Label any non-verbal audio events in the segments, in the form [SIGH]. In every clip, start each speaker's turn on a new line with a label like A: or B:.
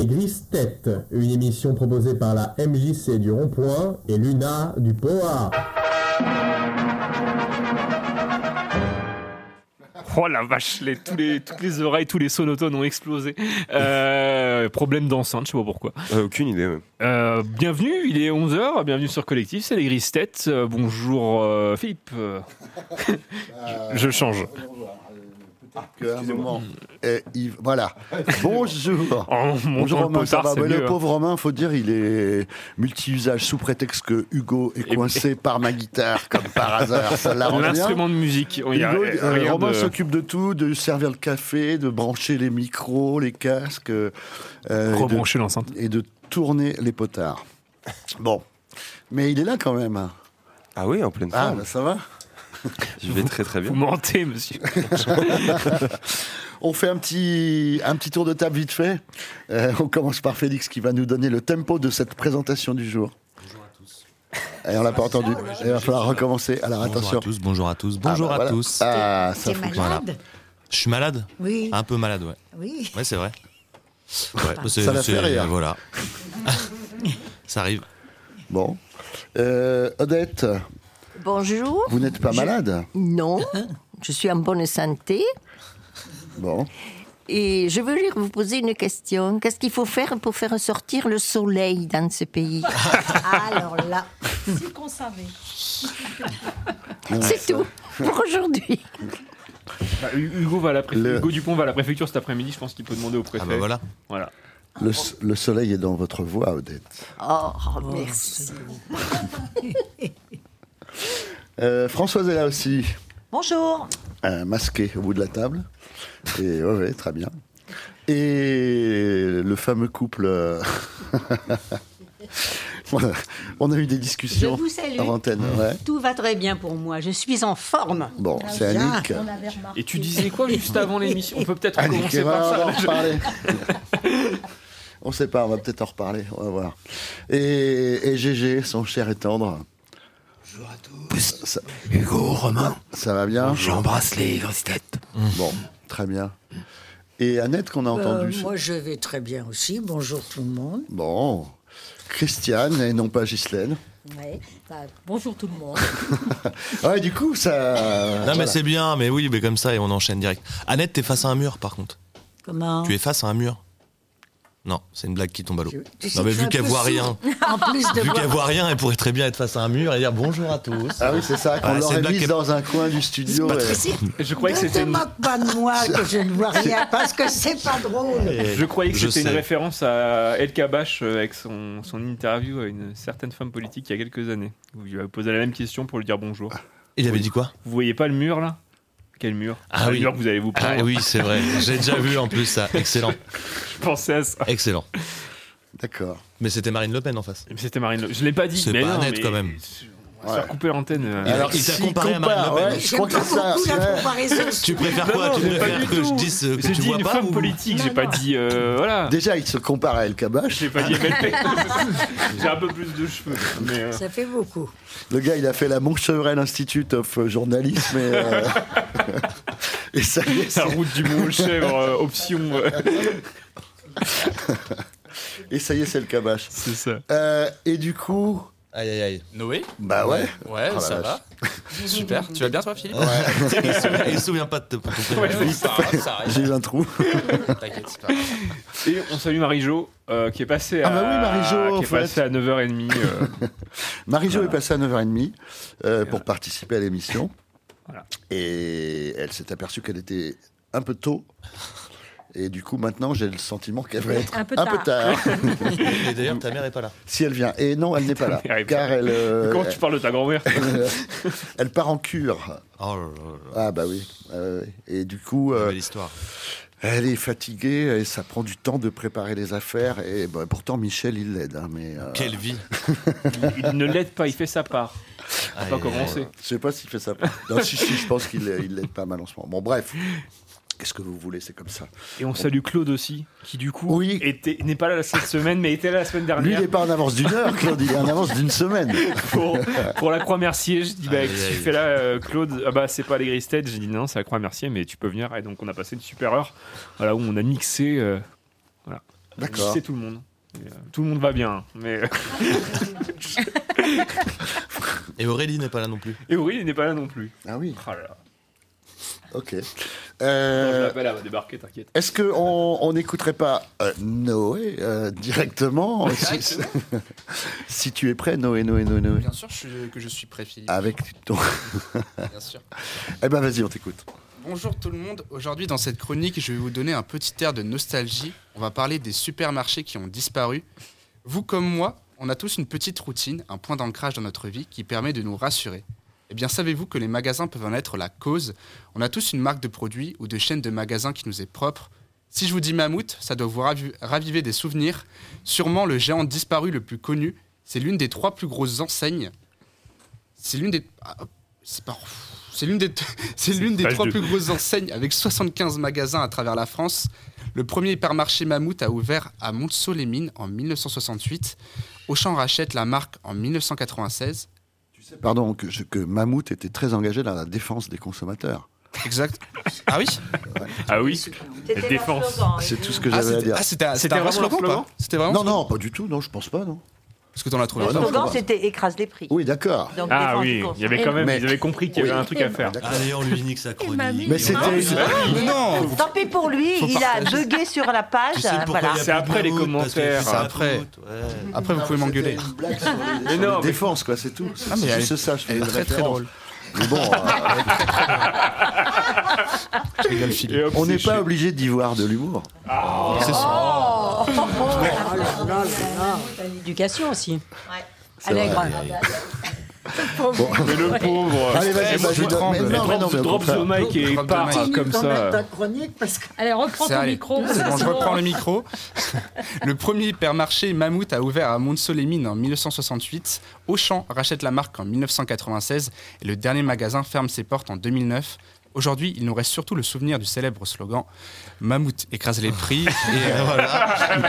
A: Église Tête, une émission proposée par la MJC du Rond-Point et Luna du POA.
B: Oh la vache, les, tous les, toutes les oreilles, tous les sonotones ont explosé. Euh, problème d'enceinte, je sais pas pourquoi.
C: Euh, aucune idée. ouais.
B: Euh, bienvenue, il est 11h, bienvenue sur Collectif, c'est les Grises Têtes. Euh, bonjour euh, Philippe. Euh, [LAUGHS] je change.
D: Qu'à un moment. eh, il- voilà. Bonjour.
B: En
D: Bonjour
B: montant le
D: Romain, ça
B: potard,
D: va
B: c'est
D: Ouais, Le
B: mieux, hein.
D: pauvre Romain, faut dire, il est multi-usage sous prétexte que Hugo est
B: Et-
D: coincé par ma guitare, comme par hasard. Ça l'arrange bien.
B: L'instrument de musique. Il y a,
D: Hugo,
B: euh,
D: euh,
B: rien
D: Romain
B: de-
D: s'occupe de tout, de servir le café, de brancher les micros, les casques, euh, euh, et, de,
B: Rebrancher l'enceinte.
D: et de tourner les potards. Bon. Mais il est là quand même.
C: Ah oui, en pleine
D: Ah,
C: forme.
D: bah, ça va
C: Je vais très très
B: Vous
C: bien.
B: mentez, monsieur.
D: On fait un petit, un petit tour de table vite fait. Euh, on commence par Félix qui va nous donner le tempo de cette présentation du jour. Bonjour à tous. Et on l'a pas entendu. Eh, Il va falloir recommencer. Alors
E: Bonjour
D: attention.
E: à tous, bonjour à tous, bonjour
D: Ah, bah,
E: à
D: voilà.
E: tous.
D: Ah, ça
F: T'es
D: fout.
F: malade
E: Voilà. Je suis malade
F: Oui,
E: Un peu malade, ouais.
F: oui.
E: Ouais, c'est vrai. Ouais, c'est-
D: Ça l'a fait
E: c'est-
D: rire. [LAUGHS]
E: Voilà. ça arrive.
D: Bon. Euh, Odette,
G: Bonjour.
D: vous n'êtes pas malade
G: Non,
H: [LAUGHS] Ah.
G: je suis en bonne santé
D: Bon.
G: et je veux dire vous poser une question. Qu'est-ce qu'il faut faire pour faire sortir le soleil dans ce pays
H: Ah,
F: [LAUGHS] Alors là,
I: Si qu'on savait.
G: [LAUGHS] C'est tout pour aujourd'hui.
B: Bah, Hugo, va à la préfecture.
D: Le-
B: Hugo Dupont va à la préfecture cet après-midi, je pense qu'il peut demander au préfet.
E: Ah bah voilà.
B: Voilà.
D: Le, s- le soleil est dans votre voix, Odette.
G: Oh, merci.
D: Euh, Françoise est là aussi,
I: Bonjour.
D: euh, masquée au bout de la table. Et ouais, ouais, très bien. Et le fameux couple. euh, [LAUGHS] on, a, on a eu des
I: Je
D: discussions.
I: vous salue.
D: En antenne, ouais.
I: Tout va très bien pour moi. Je suis en forme.
D: Bon, c'est Annick.
B: Et tu disais quoi juste avant l'émission On peut peut-être
D: Annick,
B: commencer
D: on va
B: par ça.
D: en reparler. on sait pas, on va peut-être en reparler. On va voir. Et, et GG, son cher et tendre. Bonjour à tous.
J: Hugo, Romain,
D: ça va bien Mmh.
J: j'embrasse les grosses têtes.
D: Bon, très bien. Et Annette qu'on a Euh, entendu.
F: Euh, moi je vais très bien aussi. Bonjour tout le monde.
D: Bon. Christiane et non pas Ghislaine.
F: Ouais. Bah, bonjour tout le monde.
D: Ouais, du coup, ça.
E: Non,
D: voilà.
E: mais c'est bien, mais oui, mais comme ça, et on enchaîne direct. Annette, t'es face à un mur, par contre.
F: Comment
E: Tu es face à un mur Non, c'est une blague qui tombe à l'eau.
F: Tu- tu sais
E: Non, mais
F: que je suis
E: vu
F: un
E: qu'elle
F: peu
E: voit
F: sourde.
E: rien,
F: En plus de
E: vu
F: voir-
E: qu'elle voit rien, elle pourrait très bien être face à un mur et dire bonjour à tous.
D: Ah oui, c'est ça, qu'on
E: Ouais, c'est
D: l'aurait
E: une blague
D: mise
E: qui est-
D: dans un coin du studio. ouais.
B: Je croyais que
F: Ne te
B: c'était une...
F: moque pas de moi que je ne vois rien parce que c'est pas drôle.
E: Et
B: Je croyais que
E: je
B: c'était une
E: sais.
B: référence à El Kabash euh, avec son, son interview à une certaine femme politique il y a quelques années. Vous lui avez posé la même question pour lui dire bonjour.
E: Il avait dit quoi
B: Vous voyez pas le mur là Quel mur
E: Ah
B: Le
E: oui.
B: mur que vous allez vous prendre.
E: Ah oui, c'est vrai. J'ai
D: [LAUGHS]
E: déjà vu en plus ça. Excellent.
B: Je pensais à ça.
E: Excellent.
D: D'accord.
E: Mais c'était Marine Le Pen en face.
B: Mais C'était Marine Le Je l'ai pas dit.
E: C'est
B: mais
E: pas
B: non,
E: net,
B: mais-
E: quand même.
B: On va se faire couper l'antenne. euh.
E: Il a-
D: Alors,
E: il t'a
D: s'il
E: comparé à
D: compare,
E: Marine Le Pen.
D: ouais, je
F: J'aime
D: crois
F: pas
D: que ça.
F: beaucoup la
D: ouais.
F: comparaison.
E: [LAUGHS] Tu préfères
B: Non,
E: quoi
B: non,
E: Tu
B: mais pas
E: préfères
B: du
E: que je
B: tout.
E: dise euh, que
B: J'ai
E: tu
B: dit
E: vois
B: une
E: pas
B: femme
E: ou-
B: politique, j'ai pas dit. euh, voilà.
D: Déjà, il se compare à El Kabash.
B: J'ai pas
E: [LAUGHS]
B: dit MLP. J'ai un peu plus de cheveux. Mais, euh,
F: Ça fait beaucoup.
D: Le gars, il a fait la Montchevrel Institute of Journalism. Et, euh, [LAUGHS] et ça y est,
B: la
D: c'est-
B: route du mont chèvre, option. euh,
D: et ça y est, c'est le Kabash.
B: c'est ça.
D: Euh, et du coup,
E: Aïe aïe aïe.
K: Noé
D: bah ouais.
K: Ouais,
D: Oh la
K: ça va. Super. Tu vas bien, toi, Philippe
E: Il se souvient- il se souvient pas de te- ton
D: [LAUGHS]
E: prénom.
B: Ouais, je-
K: Ça arrive, ça arrive.
D: J'ai eu un trou.
K: T'inquiète, c'est pas grave.
B: Et on salue Marie-Jo, euh, qui est passée à,
D: Ah bah oui, Marie-Jo,
B: qui est
D: faut
B: passée à 9h30. euh,
D: Marie-Jo est passée à 9h30 euh, pour participer à l'émission.
B: Voilà.
D: Et elle s'est aperçue qu'elle était un peu tôt. Et du coup, maintenant, j'ai le sentiment qu'elle va être un peu tard. [LAUGHS]
E: Et d'ailleurs, ta mère est pas là.
D: si elle vient. Et non, elle n'est pas là.
B: mère est pas
D: Car elle,
E: [LAUGHS]
D: euh,
B: Comment tu parles de ta grand-mère
D: elle, [LAUGHS] elle part en cure.
E: Oh là là là.
D: Ah bah oui. Euh, et du coup,
E: là.
D: euh,
E: Belle histoire.
D: elle est fatiguée et ça prend du temps de préparer les affaires. Et bah, pourtant, Michel, il l'aide. hein, mais euh,
E: Quelle vie.
B: Il ne l'aide pas, il fait sa part. On
E: Aïe,
B: va
E: aïe,
B: commencer.
D: euh, Je sais pas s'il fait ça. Non, si, si, je pense qu'il il l'aide pas mal en ce moment. Bon, bref. Qu'est-ce que vous voulez, c'est comme ça.
B: Et on salue Claude aussi, qui du coup
D: Oui.
B: était- n'est pas là cette semaine, mais était là la semaine
D: Lui, il
B: dernière
D: n'est pas en avance d'une heure, Claude, il est en avance d'une
B: [LAUGHS]
D: semaine.
B: pour, pour la Croix-Mercier. Je dis, bah,
E: Aïe,
B: qu'est-ce que tu
E: aïe.
B: fais là, euh, Claude Ah bah, c'est pas les Grises Têtes. J'ai dit, non, c'est la Croix-Mercier, mais tu peux venir. Et donc, on a passé une super heure, voilà, où on a mixé. euh,
D: D'accord.
B: C'est tout le monde. Et, euh, Tout le monde va bien. Mais... [LAUGHS]
E: Et Aurélie n'est pas là non plus.
B: Et Aurélie n'est pas là non plus.
D: Ah oui,
B: Oh là là.
D: ok.
B: Quand je
D: Euh,
B: l'appelle, elle va débarquer, t'inquiète.
D: Est-ce qu'on on n'écouterait pas euh, Noé euh, directement si,
K: Directement
D: [LAUGHS] si tu es prêt, Noé, Noé, Noé, Noé.
K: Bien sûr je suis- que je suis prêt, Philippe.
D: Avec ton. [LAUGHS]
K: Bien sûr.
D: Eh ben vas-y, on t'écoute.
K: Bonjour tout le monde. Aujourd'hui, dans cette chronique, je vais vous donner un petit air de nostalgie. On va parler des supermarchés qui ont disparu. Vous comme moi, on a tous une petite routine, un point d'ancrage dans notre vie qui permet de nous rassurer. Eh bien, savez-vous que les magasins peuvent en être la cause On a tous une marque de produits ou de chaîne de magasins qui nous est propre. Si je vous dis Mammouth, ça doit vous ravi- raviver des souvenirs. Sûrement le géant disparu le plus connu. C'est l'une des trois plus grosses enseignes. C'est l'une des. ah, c'est pas. C'est l'une des, [LAUGHS] c'est l'une des
B: page
K: trois
B: deux.
K: plus grosses enseignes avec 75 magasins à travers la France. Le premier hypermarché Mammouth a ouvert à Monceau-les-Mines en 1968. Auchan rachète la marque en 1996.
D: Pardon, que, je- que Mammouth était très engagé dans la défense des consommateurs.
K: Exact. Ah oui
B: Ah oui Défense.
H: hein.
D: C'est tout ce que
K: Ah,
D: j'avais à
K: c'était
D: dire.
K: ah, c'était un-
B: C'était
K: c'était un vrai
B: vraiment un
K: slogan ou pas
B: slogan
K: C'était vraiment
D: Non, non, pas du tout, non, je pense pas, non.
K: Parce que t'en as trouvé.
D: Ah
K: un
D: non,
K: autre.
D: je comprends.
I: c'était écrase les prix.
D: Oui, d'accord.
I: Donc,
B: Ah
I: défense
B: oui,
I: du
B: il y avait quand même,
D: Mais-
B: ils avaient compris qu'il y avait un truc à faire.
E: Allez, on lui nique sa chronique.
D: Mais c'était.
K: Mais non
I: Tant pis pour lui,
K: Faut
I: il a
K: partager.
I: bugué sur la page.
E: Tu sais pourquoi
I: voilà.
E: il y a
B: C'est
E: plus de
B: après les
E: Mammouth, parce que
B: commentaires.
E: c'est
K: C'est après.
E: Mammouth, ouais.
K: Après, vous pouvez m'engueuler. Ah,
D: C'était une blague sur les- sur
B: Mais non,
D: les
B: mais-
D: défenses, quoi, c'est tout. C'est
K: mais elle-
D: juste ça, je fais
K: Elle est
D: une
K: très très
D: référence.
K: drôle.
D: Mais bon,
K: [LAUGHS]
D: euh,
K: Je rigole, Philippe.
B: Et hop,
D: on n'est
B: c'est
D: pas
B: chez-
D: obligé d'y voir de l'humour.
H: Oh,
K: C'est sûr.
I: L'éducation aussi.
D: C'est vrai.
B: Mais le
K: Ah,
B: pauvre.
D: Allez, vas-y,
B: Eh, moi,
D: vas-y,
B: je
D: donne- mais
B: prends-
D: non, mais non,
B: drop-
D: mais au
B: Drop
D: contraire.
B: the mic et
K: Drop the
B: part
K: mic.
B: comme
F: Mettre
B: ça.
F: ta chronique parce que
H: Allez, reprends
K: Ça,
H: ton
K: allez.
H: micro.
K: C'est bon, je reprends le micro. Le premier hypermarché Mammouth a ouvert à Monceau-les-Mines en 1968. Auchan rachète la marque en 1996 et le dernier magasin ferme ses portes en 2009. Aujourd'hui, il nous reste surtout le souvenir du célèbre slogan Mammouth écrase les prix. Et euh, voilà.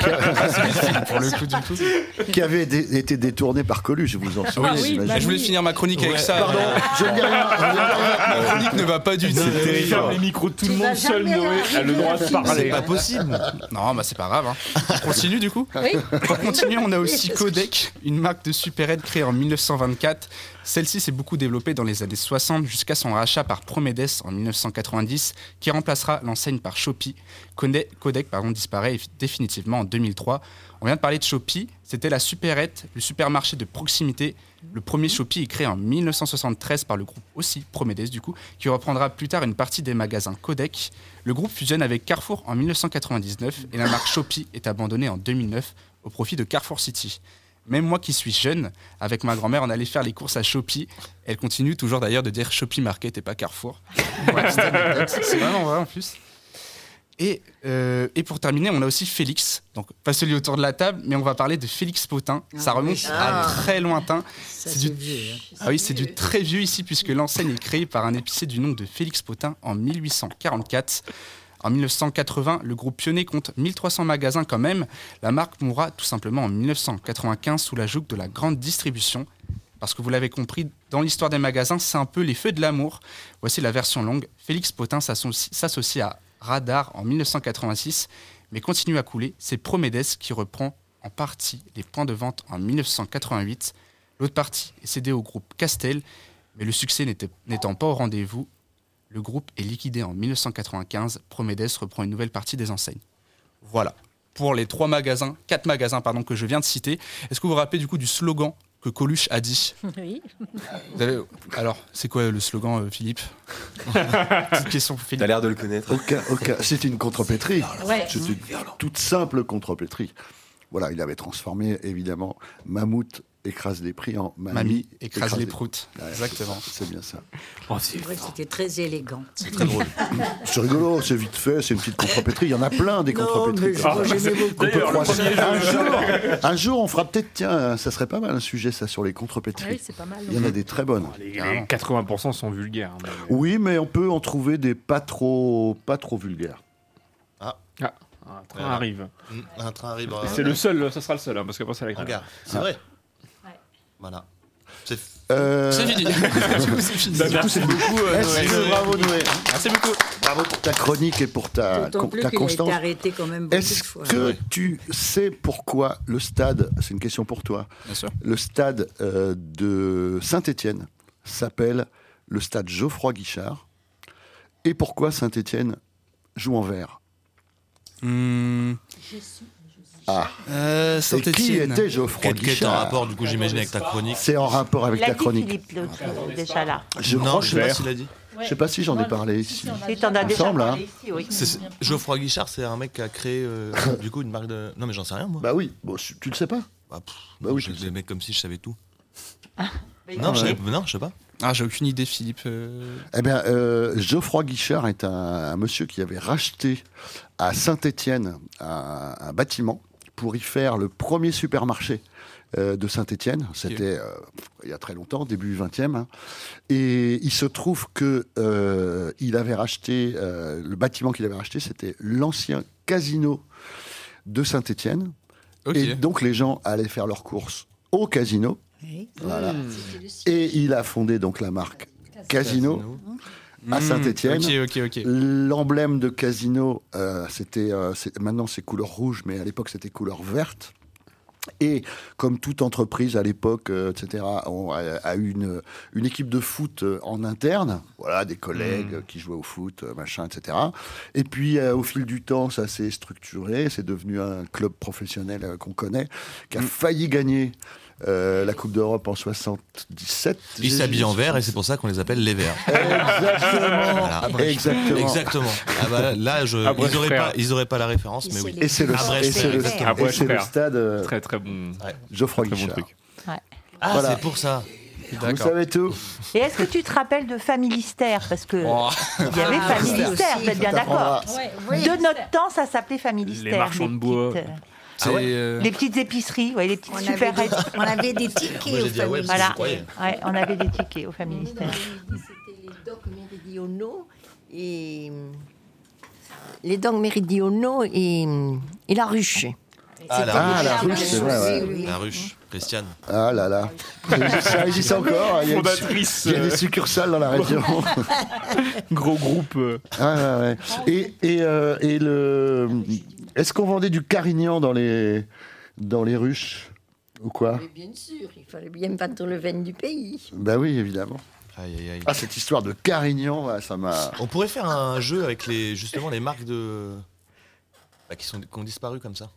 K: pour le coup, du coup.
D: Qui avait dé- été détourné par Coluche, vous
K: Ah
D: en souvenez,
H: oui,
D: j'imagine.
H: bah
K: Je voulais finir ma chronique avec
E: Ouais.
K: ça.
D: Pardon, je ne dis rien, je ne dis rien.
K: Ma chronique ne va pas du tout.
B: Il ferme les micros, tout le
F: Tu vas
B: monde, seul
F: jamais
B: Noé a le droit de
F: arriver à
E: C'est
B: parler. Oh,
E: pas possible.
K: Non, bah c'est pas grave. hein. On continue du coup
H: Oui.
K: Pour continuer, on a aussi Codec, une marque de super-aides créée en 1924. Celle-ci s'est beaucoup développée dans les années 60 jusqu'à son rachat par Promedes en 1990, qui remplacera l'enseigne par Shopee. Codec, Codec, pardon, disparaît eff- définitivement en 2003. On vient de parler de Shopee, c'était la supérette, le supermarché de proximité. Le premier Shopee est créé en 1973 par le groupe aussi Promedes du coup, qui reprendra plus tard une partie des magasins Codec. Le groupe fusionne avec Carrefour en 1999 et la marque Shopee est abandonnée en 2009 au profit de Carrefour City. Même moi qui suis jeune, avec ma grand-mère, on allait faire les courses à Shopee. Elle continue toujours d'ailleurs de dire Shopee Market et pas Carrefour. Ouais, c'est anecdote. c'est vraiment vrai en plus. Et, euh, et pour terminer, on a aussi Félix. Donc, pas celui autour de la table, mais on va parler de Félix Potin. Ça remonte à très lointain. C'est du
F: hein. [LAUGHS]
K: ah oui, c'est du très vieux ici, puisque l'enseigne est créée par un épicier du nom de Félix Potin en 1844. En 1980, le groupe Pionnier compte 1300 magasins quand même. La marque mourra tout simplement en 1995 sous la joug de la grande distribution. Parce que vous l'avez compris, dans l'histoire des magasins, c'est un peu les feux de l'amour. Voici la version longue. Félix Potin s'associe s'associe à Radar en 1986, mais continue à couler. C'est Promedes qui reprend en partie les points de vente en 1988. L'autre partie est cédée au groupe Castel, mais le succès n'était- n'étant pas au rendez-vous, le groupe est liquidé en 1995. Promedes reprend une nouvelle partie des enseignes. Voilà. Pour les trois magasins, quatre magasins pardon, que je viens de citer, est-ce que vous vous rappelez du coup du slogan que Coluche a dit
H: Oui.
K: Vous avez- Alors, c'est quoi le slogan, euh,
D: [LAUGHS]
K: Philippe Petite question pour Philippe.
C: T'as l'air de le connaître.
D: Aucun- aucun- C'est une contrepétrie.
H: Ouais.
D: C'est une toute simple contrepétrie. Voilà, il avait transformé, évidemment, Mammouth écrase les prix en Mamie,
K: Mamie, écrase les proutes.
D: Ouais,
K: Exactement.
D: C'est bien ça.
G: Ah.
F: c'était très élégant.
E: C'est très drôle.
D: C'est rigolo, c'est vite fait, c'est une petite contrepétrie. Il y en a plein des
F: Non, mais
D: contrepétries. comme
F: moi,
D: ça.
F: j'aimais beaucoup.
D: On peut
B: D'ailleurs, le
D: croiser-
B: premier
D: un,
B: jour,
D: jour, un jour, on fera peut-être, tiens, ça serait pas mal un sujet, ça, sur les
H: Ah oui,
D: contrepétries.
H: c'est pas mal.
F: hein.
D: Il y en a des très bonnes.
B: les 80% sont vulgaires. hein, mais-
D: Oui, mais on peut en trouver des pas trop, pas trop vulgaires.
B: Un train arrive.
E: Mm, Un train arrive. euh,
B: C'est le seul, ça sera le seul, hein, parce qu'après c'est la
E: en
B: grève.
E: gare. C'est vrai.
H: Ouais.
E: Voilà. C'est
D: Euh,
E: c'est
D: [LAUGHS]
E: fini. Du coup, c'est fini.
B: Bah, merci
E: beaucoup, euh,
D: merci,
E: Noël.
D: bravo Noé.
E: Merci beaucoup.
D: Bravo pour ta chronique et pour ta,
I: D'autant
D: con-
I: plus
D: ta
I: qu'il a été
D: constance.
I: arrêté quand même beaucoup de
D: Est-ce
G: hein.
I: fois.
E: Ah
D: que tu sais pourquoi le stade, c'est une question pour toi,
K: Bien sûr.
D: le stade euh, de Saint-Étienne s'appelle le stade Geoffroy Guichard et pourquoi Saint-Étienne joue en vert
K: Hmm.
D: Ah.
K: Euh,
D: Et qui
K: Saint-Étienne.
D: était Geoffroy
E: Quel, quel est en
D: Guichard
E: rapport, du coup, j'imagine, avec ta chronique
D: C'est en rapport avec
G: Il a
D: ta
G: dit
D: chronique.
G: Philippe l'autre jour, déjà là.
D: Je
E: Non,
D: crois
E: je
D: que-
E: sais pas s'il a dit.
D: je sais pas si j'en ai parlé ici.
G: Si, t'en as
D: me
G: déjà
D: hein. semble,
G: parlé ici, oui.
E: C'est- c'est- Geoffroy Guichard, c'est un mec qui a créé, euh, du coup, une marque de. Non, mais j'en sais rien, moi.
D: Bah oui, bon, je- tu le sais pas
E: Ah, pff,
D: bah oui,
E: je-
D: je le sais.
E: les mecs comme si je savais tout.
G: Mais
E: Non,
G: oui.
E: je savais- non, je sais pas.
K: Ah, j'ai aucune idée, Philippe. euh.
D: Eh bien, euh, Geoffroy Guichard est un, un monsieur qui avait racheté à Saint-Étienne un, un bâtiment pour y faire le premier supermarché euh, de Saint-Étienne. C'était euh, il y a très longtemps, début 20e. hein. Et il se trouve que euh, il avait racheté euh, le bâtiment qu'il avait racheté, c'était l'ancien casino de Saint-Étienne.
K: Ok.
D: Et donc les gens allaient faire leurs courses au casino. Voilà. Et il a fondé donc la marque Casino à
K: Hmm,
D: Saint-Étienne.
K: Ok, ok, ok.
D: L'emblème de Casino, euh, c'était euh, c'est- maintenant c'est couleur rouge, mais à l'époque c'était couleur verte. Et comme toute entreprise à l'époque, euh, etc., on a, a eu une, une équipe de foot euh, en interne, voilà, des collègues
E: Mm.
D: euh, qui jouaient au foot, euh, machin, etc. Et puis euh, au fil du temps, ça s'est structuré, c'est devenu un club professionnel euh, qu'on connaît, qui
E: Mm.
D: a failli gagner euh, la Coupe d'Europe en 77.
E: Ils s'habillent en vert et c'est pour ça qu'on les appelle
D: [LAUGHS]
E: les verts.
D: Exactement.
E: Voilà.
D: Exactement.
E: Exactement. Ah bah, là, je,
B: Ah, bref,
E: ils, auraient
B: frère.
E: pas, ils auraient pas la référence, mais oui.
D: Et c'est le,
E: Ah, bref,
D: et c'est le-
G: frère.
B: Ah, bref,
D: et c'est le
B: frère.
D: stade euh,
B: Très très bon.
D: Geoffroy
B: Très bon
D: Guichard.
B: truc.
E: Ah,
D: Voilà.
E: c'est pour ça.
D: Vous
K: D'accord.
D: savez tout.
H: Et est-ce que tu te rappelles de Familistère Parce que
K: Oh,
H: il y avait
I: Ah,
H: Familistère,
I: oui,
H: vous êtes bien d'accord.
D: T'apprendras.
H: De notre temps, ça s'appelait Familistère.
B: Les marchands de bois.
H: petites, euh,
K: c'est, euh,
H: les petites épiceries, ouais, les petites
F: On avait, des,
H: superettes.
F: [LAUGHS] on avait des
E: Moi,
F: tickets
E: j'ai
F: aux
E: dit, ah ouais,
F: familles.
E: parce que
H: Voilà,
E: je croyais.
H: ouais, on avait des tickets au
G: Nous, dans les
H: Familistère.
G: midis, c'était les dogs méridionaux et les dogs méridionaux et, et la ruche.
E: Ah, la
D: Ah,
E: ruche.
D: la ruche, c'est vrai.
F: Ah,
D: ouais.
E: La ruche. Christiane.
D: Ah là là. Ça existe encore. hein, Il y a, une su- [LAUGHS]
B: Fondatrice,
D: il y a
B: euh,
D: des succursales dans la région.
B: gros groupe. euh,
D: [LAUGHS] Ah, ouais, ouais. Et, et, euh, et le. Est-ce qu'on vendait du carignan dans les, dans les ruches Ou quoi
G: bien sûr, il fallait bien vendre le vin du pays.
D: Bah oui, évidemment.
E: Aïe, aïe, aïe.
D: Ah, cette histoire de carignan, ouais, ça m'a.
E: On pourrait faire un jeu avec les, justement les marques de bah, qui, sont, qui ont disparu comme ça.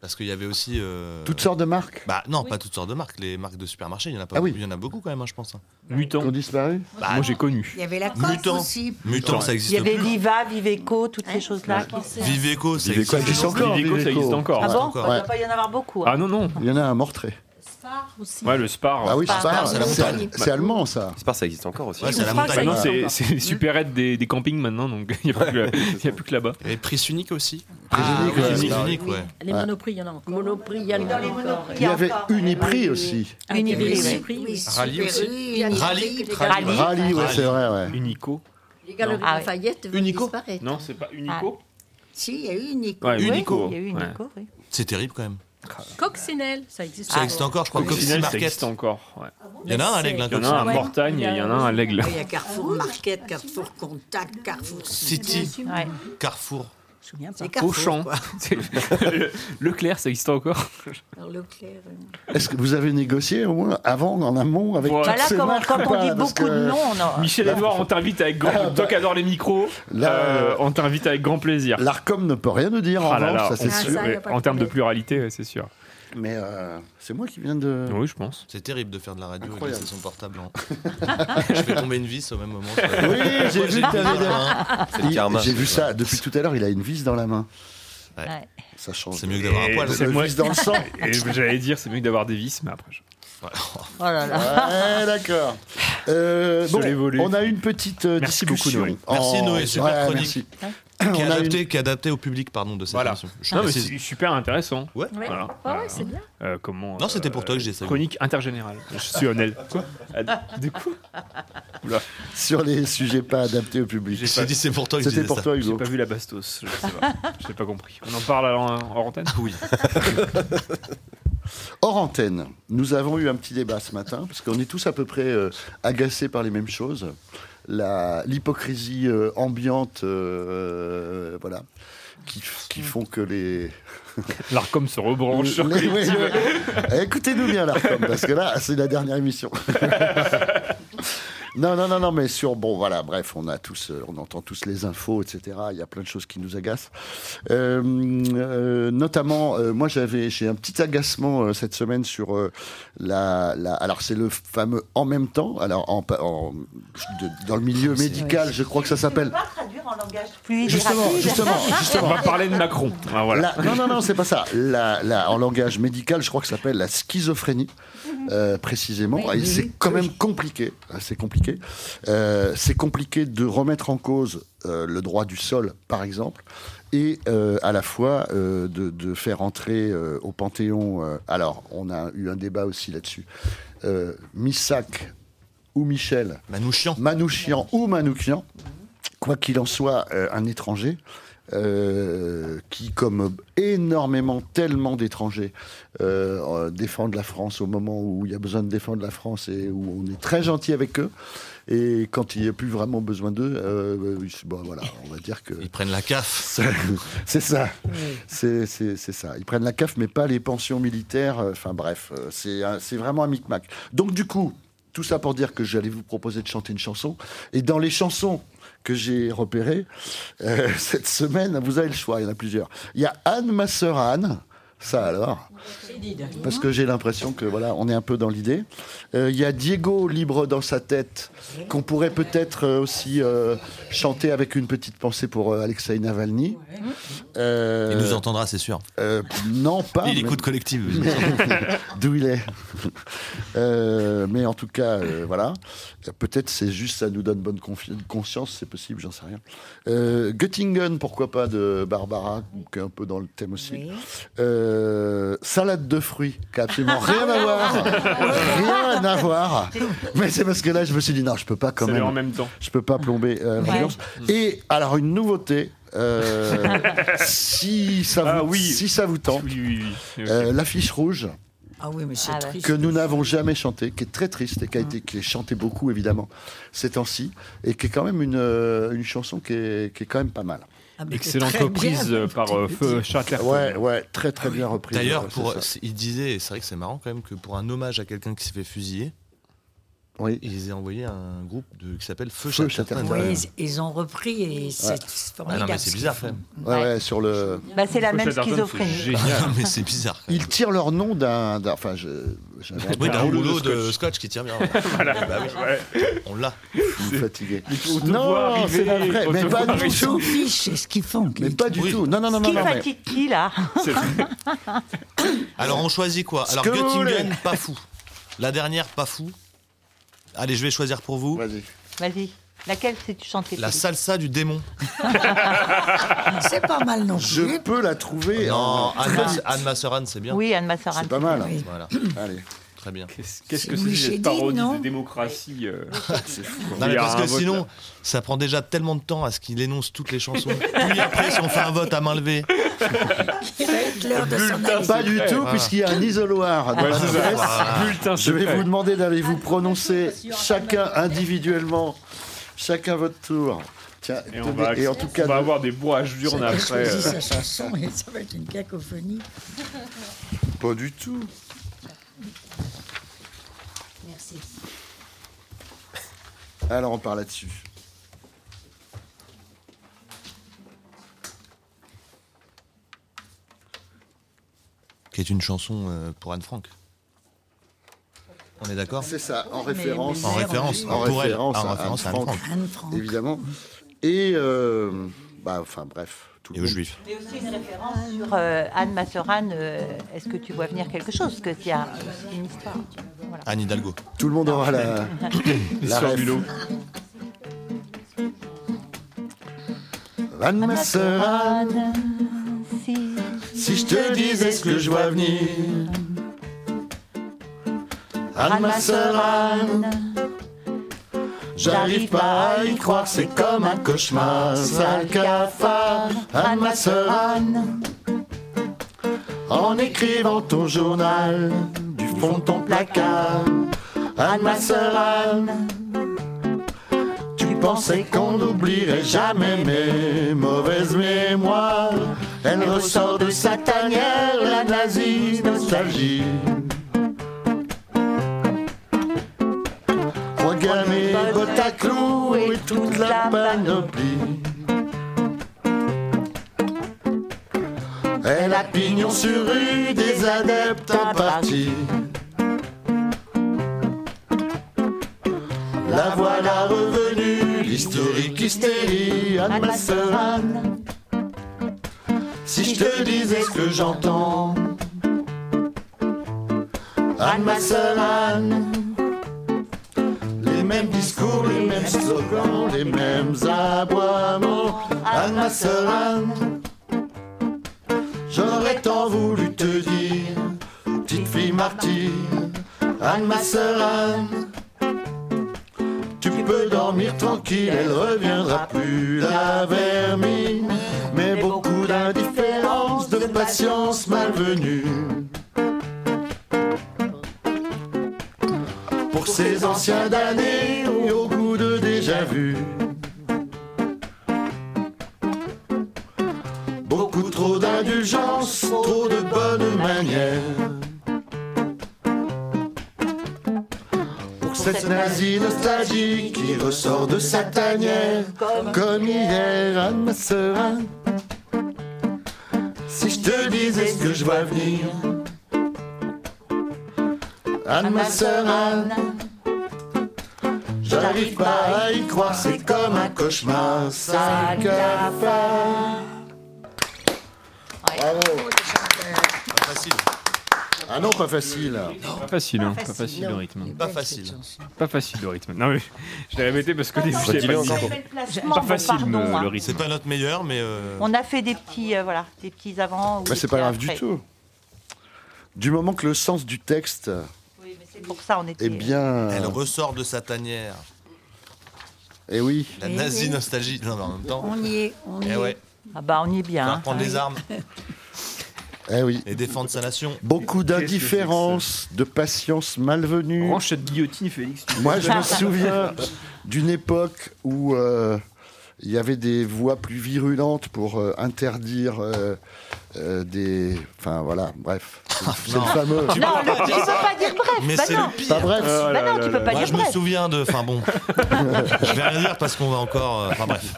E: Parce qu'il y avait aussi. euh,
D: Toutes sortes de marques
E: Bah non, pas toutes sortes de marques. Les marques de supermarché, il y en a pas.
D: Ah oui.
E: Il y en a beaucoup quand même, hein, je pense. hein.
D: qui
B: Mutant.
D: ont disparu
E: Bah,
B: Moi j'ai connu.
F: Il y avait la coque
E: Mutant.
F: aussi.
E: Mutant, ça
H: Il y
E: existe
H: avait
E: plus.
H: Viva, Viveco, toutes ces choses-là. qui-
E: Viveco, ça
D: Viveco
E: existe.
D: existe
E: plus.
D: encore.
B: Viveco, ça existe encore.
H: Ah bon Il
E: encore.
H: ne doit
D: Ouais.
H: pas y en avoir beaucoup. hein.
B: Ah non, non.
D: Il y en a un mortré.
B: Ouais, le Spar.
D: Ah oui, c'est
H: Spar,
D: pas-
E: c'est la
D: c'est
E: montagne.
D: c'est allemand, ça.
C: J'espère que ça existe encore aussi.
E: Ouais, c'est à la
H: Je crois que ça
E: montagne.
D: Bah,
B: Maintenant,
H: existe
B: Ah c'est
H: encore.
B: c'est les super aides des, des campings maintenant, donc il n'y a plus que- y a plus que là-bas.
K: il y avait Pris unique aussi.
E: Ah,
D: Unique, ouais.
E: oui, unique, ouais.
I: Les monoprix, il y en a encore.
G: Monoprix, il y en
H: Dans
G: a
H: les
G: encore.
H: monoprix,
D: Il y avait
H: encore.
D: Uniprix aussi.
I: Ah, il y avait
H: Uniprix,
I: les
H: ouais.
I: Uniprix, oui.
K: Rallye aussi.
E: Rallye.
H: Rallye.
D: Rallye, ouais,
E: Rallye.
D: c'est vrai, ouais.
B: Unico.
G: Les galeries
H: Ah ouais.
G: Lafayette vont
E: Unico
G: disparaître.
B: Non, c'est pas Unico
F: Si, il y a eu une école.
B: Ouais,
H: Oui,
B: Unico.
H: Il y a eu
B: Ouais.
H: Unico, oui.
E: C'est terrible quand même.
I: Coccinelle, ça existe.
F: Ah.
E: Ça existe encore, je crois.
B: Au
E: Coxy
B: final, ça
E: Market.
B: existe encore. ouais.
D: Ah,
E: Il y en a un à l'aigle.
B: Il y en a un à
I: Ouais.
B: Mortagne et il y en a un à l'Aigle.
D: [LAUGHS]
F: Il y a Ah Carrefour Market, Carrefour Contact, Carrefour
E: City,
H: Ouais.
E: Carrefour.
F: Je me souviens pas.
B: Auchan. C'est- Le- [LAUGHS] Leclerc, ça existe encore.
F: Alors, Leclerc. euh,
D: Est-ce que vous avez négocié au moins avant, en amont, avec
B: Voilà.
H: Bah
D: toutes
H: là,
D: ces
H: comme-
D: marques
H: quand
D: ou
H: on
D: pas
H: dit
D: Parce
H: beaucoup
D: que-
H: de noms, on en-
B: [LAUGHS] Michel Edouard, on t'invite avec grand. Doc adore les micros.
D: Ah, Là,
B: Euh,
D: euh,
B: on t'invite avec grand plaisir.
D: L'Arcom ne peut rien nous dire, en
B: Ah là
D: revanche,
B: là,
D: ça c'est
B: on-
D: sûr.
B: ouais, en termes de pluralité, ouais, c'est sûr.
D: Mais euh, c'est moi qui viens de.
B: Oui, je pense.
E: C'est terrible de faire de la radio
D: Incroyable.
E: et de laisser son portable en. je fais tomber une vis au même moment.
D: Oui, j'ai vu, t'avais des-
C: C'est le karma.
D: Ah, J'ai vu ça. Depuis tout à l'heure, il a une vis dans la main.
H: Ouais.
D: Ça change.
E: C'est mieux que d'avoir un
B: Et
E: poil.
B: c'est
D: Le
B: moi-
D: vis dans le sang.
B: Et j'allais dire, c'est mieux que d'avoir des vis, mais après. je-
H: [LAUGHS] Oh là là.
D: Ouais, d'accord. Euh,
B: Je
D: bon,
B: l'ai volé.
D: on a eu une petite euh,
B: Merci beaucoup,
D: discussion.
B: Noé.
E: Merci,
D: en-
E: Noé, super
D: Ouais,
E: chronique.
D: merci.
E: qui, est
D: On a
E: adapté, qui est adapté au public pardon, de cette
K: Voilà.
E: émission. Je
B: Non, Ah, mais
E: précise.
B: c'est super intéressant.
E: Ouais.
I: Ouais,
B: Voilà.
I: ouais,
B: Voilà.
I: ouais, c'est bien.
B: Euh, comment, euh,
E: Non, c'était pour toi que j'ai essayé.
B: Chronique intergénérale. Je suis honnête. Quoi Ah, Du coup,
D: Sur les sujets pas adaptés au public.
E: J'ai pas dit c'est pour toi que je
D: C'était
E: disais
D: pour
E: ça.
D: toi,
B: j'ai
D: Hugo.
B: pas vu
D: [LAUGHS]
B: la
E: Ah
B: Bastos. Je sais pas. J'ai pas compris. On en parle en, en antenne
E: Oui.
D: Hors antenne, nous avons eu un petit débat ce matin, parce qu'on est tous à peu près euh, agacés par les mêmes choses. La- L'hypocrisie euh, ambiante, euh, voilà, qui, f- qui font que les.
B: L'ARCOM se rebranche sur
D: Les-
B: Collective.
D: ouais, ouais. Eh, Écoutez-nous bien, l'ARCOM, parce que là, c'est la dernière émission. Non, non, non, non, mais sur, bon, voilà, bref, on a tous, euh, on entend tous les infos, etc. Il y a plein de choses qui nous agacent. Euh, euh, notamment, euh, moi, j'avais, j'ai un petit agacement euh, cette semaine sur euh, la, la- alors c'est le fameux en même temps, alors en, pa- en- de- dans le milieu médical, je crois que ça s'appelle.
H: traduire en langage fluide.
D: Justement, justement, justement.
B: de Macron. Ah,
D: La- non, non, non, c'est pas ça. La- la- en langage médical, je crois que ça s'appelle la schizophrénie, euh, précisément.
L: Oui,
D: Et
L: oui,
D: c'est
L: oui.
D: quand même compliqué. hein, C'est compliqué. Euh, c'est compliqué de remettre en cause euh, le droit du sol, par exemple, et euh, à la fois euh, de, de faire entrer euh, au Panthéon. euh, alors, on a eu un débat aussi là-dessus. Euh, Missak ou Michel.
E: Manouchian.
D: Manouchian ou Manoukian quoi qu'il en soit, euh, un étranger. euh, qui, comme énormément, tellement d'étrangers, euh, euh, défendent la France au moment où il y a besoin de défendre la France et où on est très gentil avec eux. Et quand il n'y a plus vraiment besoin d'eux, euh, ils se- bon, voilà, on va dire que. Ils
E: prennent la CAF.
D: [LAUGHS] C'est ça. C'est c'est- c'est ça. Ils prennent la CAF, mais pas les pensions militaires. Enfin bref, euh, c'est un- c'est vraiment un micmac. Donc du coup, tout ça pour dire que j'allais vous proposer de chanter une chanson. Et dans les chansons que j'ai repérées euh, [LAUGHS] cette semaine, vous avez le choix, il y en a plusieurs. Il y a Anne, ma sœur Anne. Ça alors parce que j'ai l'impression que voilà, on est un peu dans l'idée. Euh, Il y a Diego libre dans sa tête qu'on pourrait peut-être euh, aussi euh, chanter avec une petite pensée pour euh, Alexei Navalny. Euh,
E: Il nous entendra, c'est sûr.
D: euh, non, pas.
E: Il écoute collective. il nous entend.
D: [LAUGHS] D'où il est. Euh, mais en tout cas, euh, voilà. Peut-être c'est juste ça nous donne bonne confi- conscience, c'est possible, j'en sais rien. Euh, Göttingen, pourquoi pas, de Barbara, qui est un peu dans le thème aussi. Euh, salade de fruits, qui a absolument rien à voir. rien à voir. Mais c'est parce que là, je me suis dit, non, je peux pas quand
B: C'est
D: même.
B: en même temps.
D: Je peux pas plomber euh, l'ambiance. Et alors, une nouveauté. euh, si, ça vous, si ça vous tente, euh, l'affiche rouge
F: Ah oui, mais c'est triste.
D: que nous n'avons jamais chanté, qui est très triste et qui a été qui est chanté beaucoup évidemment ces temps-ci, et qui est quand même une, euh, une chanson qui est, qui est quand même pas mal.
F: Ah, mais
B: Excellente reprise euh, par euh, Feu Chatterton.
D: Ouais, ouais, très très bien reprise.
E: D'ailleurs,
D: ouais,
E: pour-
D: c'est ça.
E: c'est- il disait, et c'est vrai que c'est marrant quand même, que pour un hommage à quelqu'un qui s'est fait fusiller, euh, ils ont envoyé un groupe de- qui s'appelle Feu,
D: Feu
E: Chatterton.
D: Chatterton.
F: Oui, ils, ils ont repris et
D: Ouais.
F: c'est
E: Ah
F: formidable.
E: non, mais c'est bizarre quand même.
D: Ouais, ouais, sur le.
H: Bah, c'est la
E: Feu
H: même
E: Chatterton, c'est
H: schizophrénie.
D: [LAUGHS]
E: Génial. mais c'est bizarre.
D: Ils tirent leur nom d'un. d'un- Enfin, je. j'avais
E: Oui, d'un
D: un
E: rouleau de scotch qui tient bien.
B: Voilà.
E: Bah oui. On l'a.
D: Je suis fatigué.
B: on te voit
D: Non,
B: arriver,
D: c'est pas vrai,
B: on
D: mais
B: te
D: pas
B: voit
D: du
B: arriver.
D: tout.
F: Fiche, c'est ce qu'ils font.
D: Mais pas du
E: Oui.
D: tout. Non, non, non, non,
H: Qui
D: non. mais-
H: fatigue qui, là
E: Alors on choisit quoi
D: Ce
E: Alors
D: que vous voulez.
E: Göttingen, pas fou. La dernière, pas fou. Allez, je vais choisir pour vous.
H: Vas-y. Laquelle sais-tu chanter
E: La
H: Philippe
E: salsa du démon.
F: C'est pas mal non plus.
D: Je peux la trouver.
E: Non,
D: en-
E: Anne, Ma-
D: [LAUGHS]
E: Anne Masseran, c'est bien.
H: Oui, Anne Massaran.
D: C'est pas mal.
H: Ah. Oui.
E: Voilà.
D: Allez.
E: Très bien.
B: Qu'est-ce que
H: C'est
B: c'est
H: Louis
B: cette
H: Chédid,
B: parodie
H: non
B: de démocratie euh,
E: Non, mais
B: il y a
E: parce
B: un
E: que
B: vote,
E: sinon, ça prend déjà tellement de temps à ce qu'il énonce toutes les chansons. Puis après, si on fait un vote à main levée.
D: Pas du tout,
E: Ah.
D: puisqu'il y a un isoloir. dans
B: Ouais,
D: la
B: c'est ça.
D: pièce.
B: Ah. Bulletin
D: Je vais
B: secret.
D: vous demander d'aller vous
H: Ah,
D: prononcer chacun individuellement, chacun votre tour. Tiens,
B: Et, on
D: tenez,
B: va,
D: et en tout cas,
B: on va avoir des bourrages d'urnes
F: Chacun
B: après.
F: choisit sa
B: euh.
F: chanson et ça va être une cacophonie.
D: pas du tout.
F: Merci.
D: Alors on part là-dessus.
E: Qui est une chanson euh, pour Anne Frank. On est d'accord
D: C'est ça, en référence.
E: mais- En référence,
D: en
E: pour elle.
D: référence,
E: Ah, en
D: à
E: référence à
D: Anne
E: Anne
D: Frank,
E: Frank.
F: Anne Frank.
D: Évidemment. Et, euh, bah, enfin, bref. Tout
E: Et aux Juifs.
H: Mais aussi une référence sur euh, Anne Masseran. euh, Est-ce que tu vois venir quelque chose Parce qu'il y a une histoire. Voilà.
E: Anne Hidalgo.
D: Tout le monde aura
B: [LAUGHS]
D: la.
B: L'histoire
D: ref.
B: du lot.
D: Anne, ma sœur,
H: Anne, si,
D: si je te disais ce que je vois venir. Anne, ma sœur, Anne, j'arrive pas à y croire, c'est comme un cauchemar, sale cafard. Anne, ma sœur, Anne,
L: en écrivant ton journal du fond de ton placard. Anne, ma sœur Anne, tu pensais qu'on n'oublierait jamais mes mauvaises mémoires. Elle ressort de sa tanière la nazie nostalgie. Regarde mes bottes à clous et toute la panoplie. Elle a pignon sur rue des adeptes à partie. La voilà revenue, l'historique hystérie, Anne, ma sœur Anne. Si je te disais ce que j'entends, Anne, ma sœur Anne. Les mêmes discours, les mêmes slogans, les mêmes aboiements, Anne, ma sœur Anne. J'aurais tant voulu te dire, petite fille martyre, Anne, ma sœur Anne. Tu peux dormir tranquille, elle reviendra plus la vermine, mais beaucoup d'indifférence, de patience malvenue. Pour ces anciens damnés au goût de déjà vu. Beaucoup trop d'indulgence, trop de bonnes manières. Pour cette nazie nostalgie qui ressort de sa tanière, comme hier, Anne, ma sœur Anne. Si je te disais ce que je vois venir, Anne, ma sœur Anne. J'arrive pas à y croire, c'est comme un cauchemar, ça cafard. Bravo.
E: Pas facile.
D: Ah non, pas facile.
B: Pas facile, hein, pas facile le rythme. Pas facile. Pas facile le rythme. Non, mais [LAUGHS] je l'ai répété parce que des fois, j'avais pas dit.
H: Placement,
B: Pas
H: bon,
B: facile
H: pardon,
B: le,
H: hein.
B: le rythme.
E: C'est pas notre meilleur, mais. euh,
H: On a fait des petits, euh, voilà, des petits avant. ou
D: Bah,
H: des
D: c'est pas
H: petits
D: grave du
H: après.
D: tout. Du moment que le sens du texte
H: C'est pour ça on était.
D: est Eh bien.
B: Eh
E: Elle ressort de sa tanière.
D: Eh oui.
E: La
H: Eh
E: nazie
H: oui.
E: nostalgie. Non, mais en même temps.
H: On y est, on y
E: Eh
H: est.
E: ouais.
H: Ah bah on y est bien.
E: Faut
H: hein.
E: reprendre
H: Ah
E: les
H: oui.
E: armes.
D: Eh oui.
E: Et défendre sa nation.
D: Beaucoup d'indifférence, de patience malvenue.
B: Range cette guillotine, Félix. tu
D: Moi,
B: fais
D: je
B: ça.
D: me souviens d'une époque où euh, il y avait des voix plus virulentes pour euh, interdire euh, euh, des. Enfin, voilà, bref. C'est le fameux.
H: Non, le- tu peux pas dire bref.
E: Mais
H: bah
E: c'est
H: non.
E: le pire.
D: Pas bref.
H: Bah non, tu peux pas
E: Moi,
H: dire
E: je me
H: bref.
E: souviens de. Enfin
H: [LAUGHS]
E: bon. je vais rien dire parce qu'on va encore. euh, Enfin bref.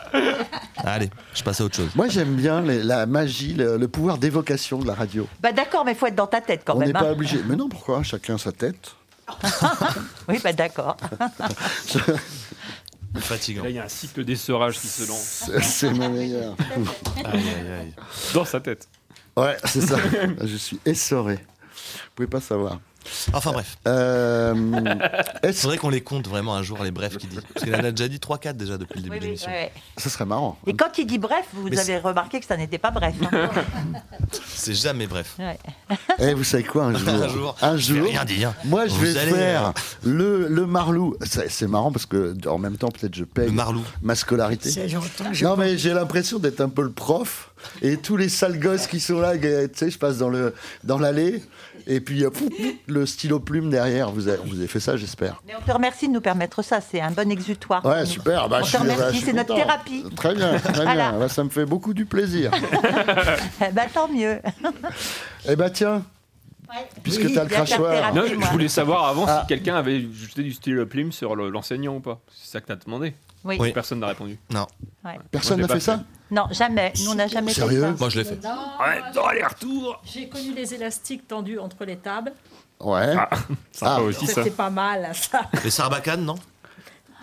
E: Allez, je passe à autre chose.
D: Moi, j'aime bien les- la magie, le, le pouvoir d'évocation de la radio.
H: Bah d'accord, mais faut être dans ta tête quand
D: On
H: même.
D: n'est pas
H: hein.
D: obligé. Mais non, pourquoi Chacun sa tête.
H: Oui, bah d'accord.
E: Fatigant.
B: Là, il y a un cycle d'essorage qui se lance
D: C'est- C'est mon meilleur.
E: Aïe, aïe, aïe.
B: dans sa tête.
D: Ouais, c'est ça. Je suis essoré. Vous pouvez pas savoir.
E: Enfin bref.
D: Euh,
E: Il
D: est-ce-
E: faudrait qu'on les compte vraiment un jour, les brefs qu'il dit. Parce qu'il en a déjà dit 3-4 déjà depuis le début
H: Oui,
E: de
H: oui,
E: l'émission.
H: ouais.
D: Ça serait marrant.
H: Et quand il dit bref, vous
E: Mais
H: avez remarqué que ça n'était pas bref. hein.
E: C'est jamais bref.
H: Ouais.
D: Eh, vous savez quoi, un jour
E: [LAUGHS] Un jour, je vais rien dire.
D: Moi, je
E: Vous
D: vais
E: allez,
D: faire
E: euh,
D: le, le marlou. C'est c'est marrant parce que en même temps, peut-être je paye
E: Le marlou.
D: ma scolarité.
F: C'est- j'entends, je-
D: Non, mais j'ai l'impression d'être un peu le prof. Et tous les sales gosses qui sont là, que, tu sais, je passe dans le dans l'allée. Et puis, euh, pouf, pouf, le stylo plume derrière. Vous avez, vous avez fait ça, j'espère.
H: Mais on te remercie de nous permettre ça, c'est un bon exutoire. pour
D: Ouais,
H: nous.
D: super. Bah,
H: On
D: je
H: te
D: suis- bah, je
H: remercie,
D: suis
H: c'est notre
D: content.
H: thérapie.
D: Très bien, très
H: Voilà.
D: bien. Bah, ça me fait beaucoup du plaisir.
H: Eh [LAUGHS] bah tant mieux.
D: eh ben, tiens, puisque
H: Oui,
D: tu as le
H: bien faire
D: crachoir.
H: thérapie.
B: Non,
H: Rappelez-moi.
B: je voulais savoir avant
D: Ah.
B: si quelqu'un avait jeté du stylo plume sur le- l'enseignant ou pas. C'est ça que t'as demandé.
H: Oui.
E: Oui.
B: Personne n'a répondu.
E: Non.
H: Ouais.
D: Personne
B: Moi,
D: n'a
B: je l'ai
D: fait
B: pas
D: ça
H: Non, jamais. Nous, on n'a jamais
D: Sérieux
H: fait ça.
E: Moi, je l'ai fait.
B: Ouais, dans les retours.
I: J'ai connu les élastiques tendus entre les tables.
D: Ouais. Ah,
B: Sympa bah, aussi ça.
I: C'était pas mal, ça.
E: Les sarbacanes, non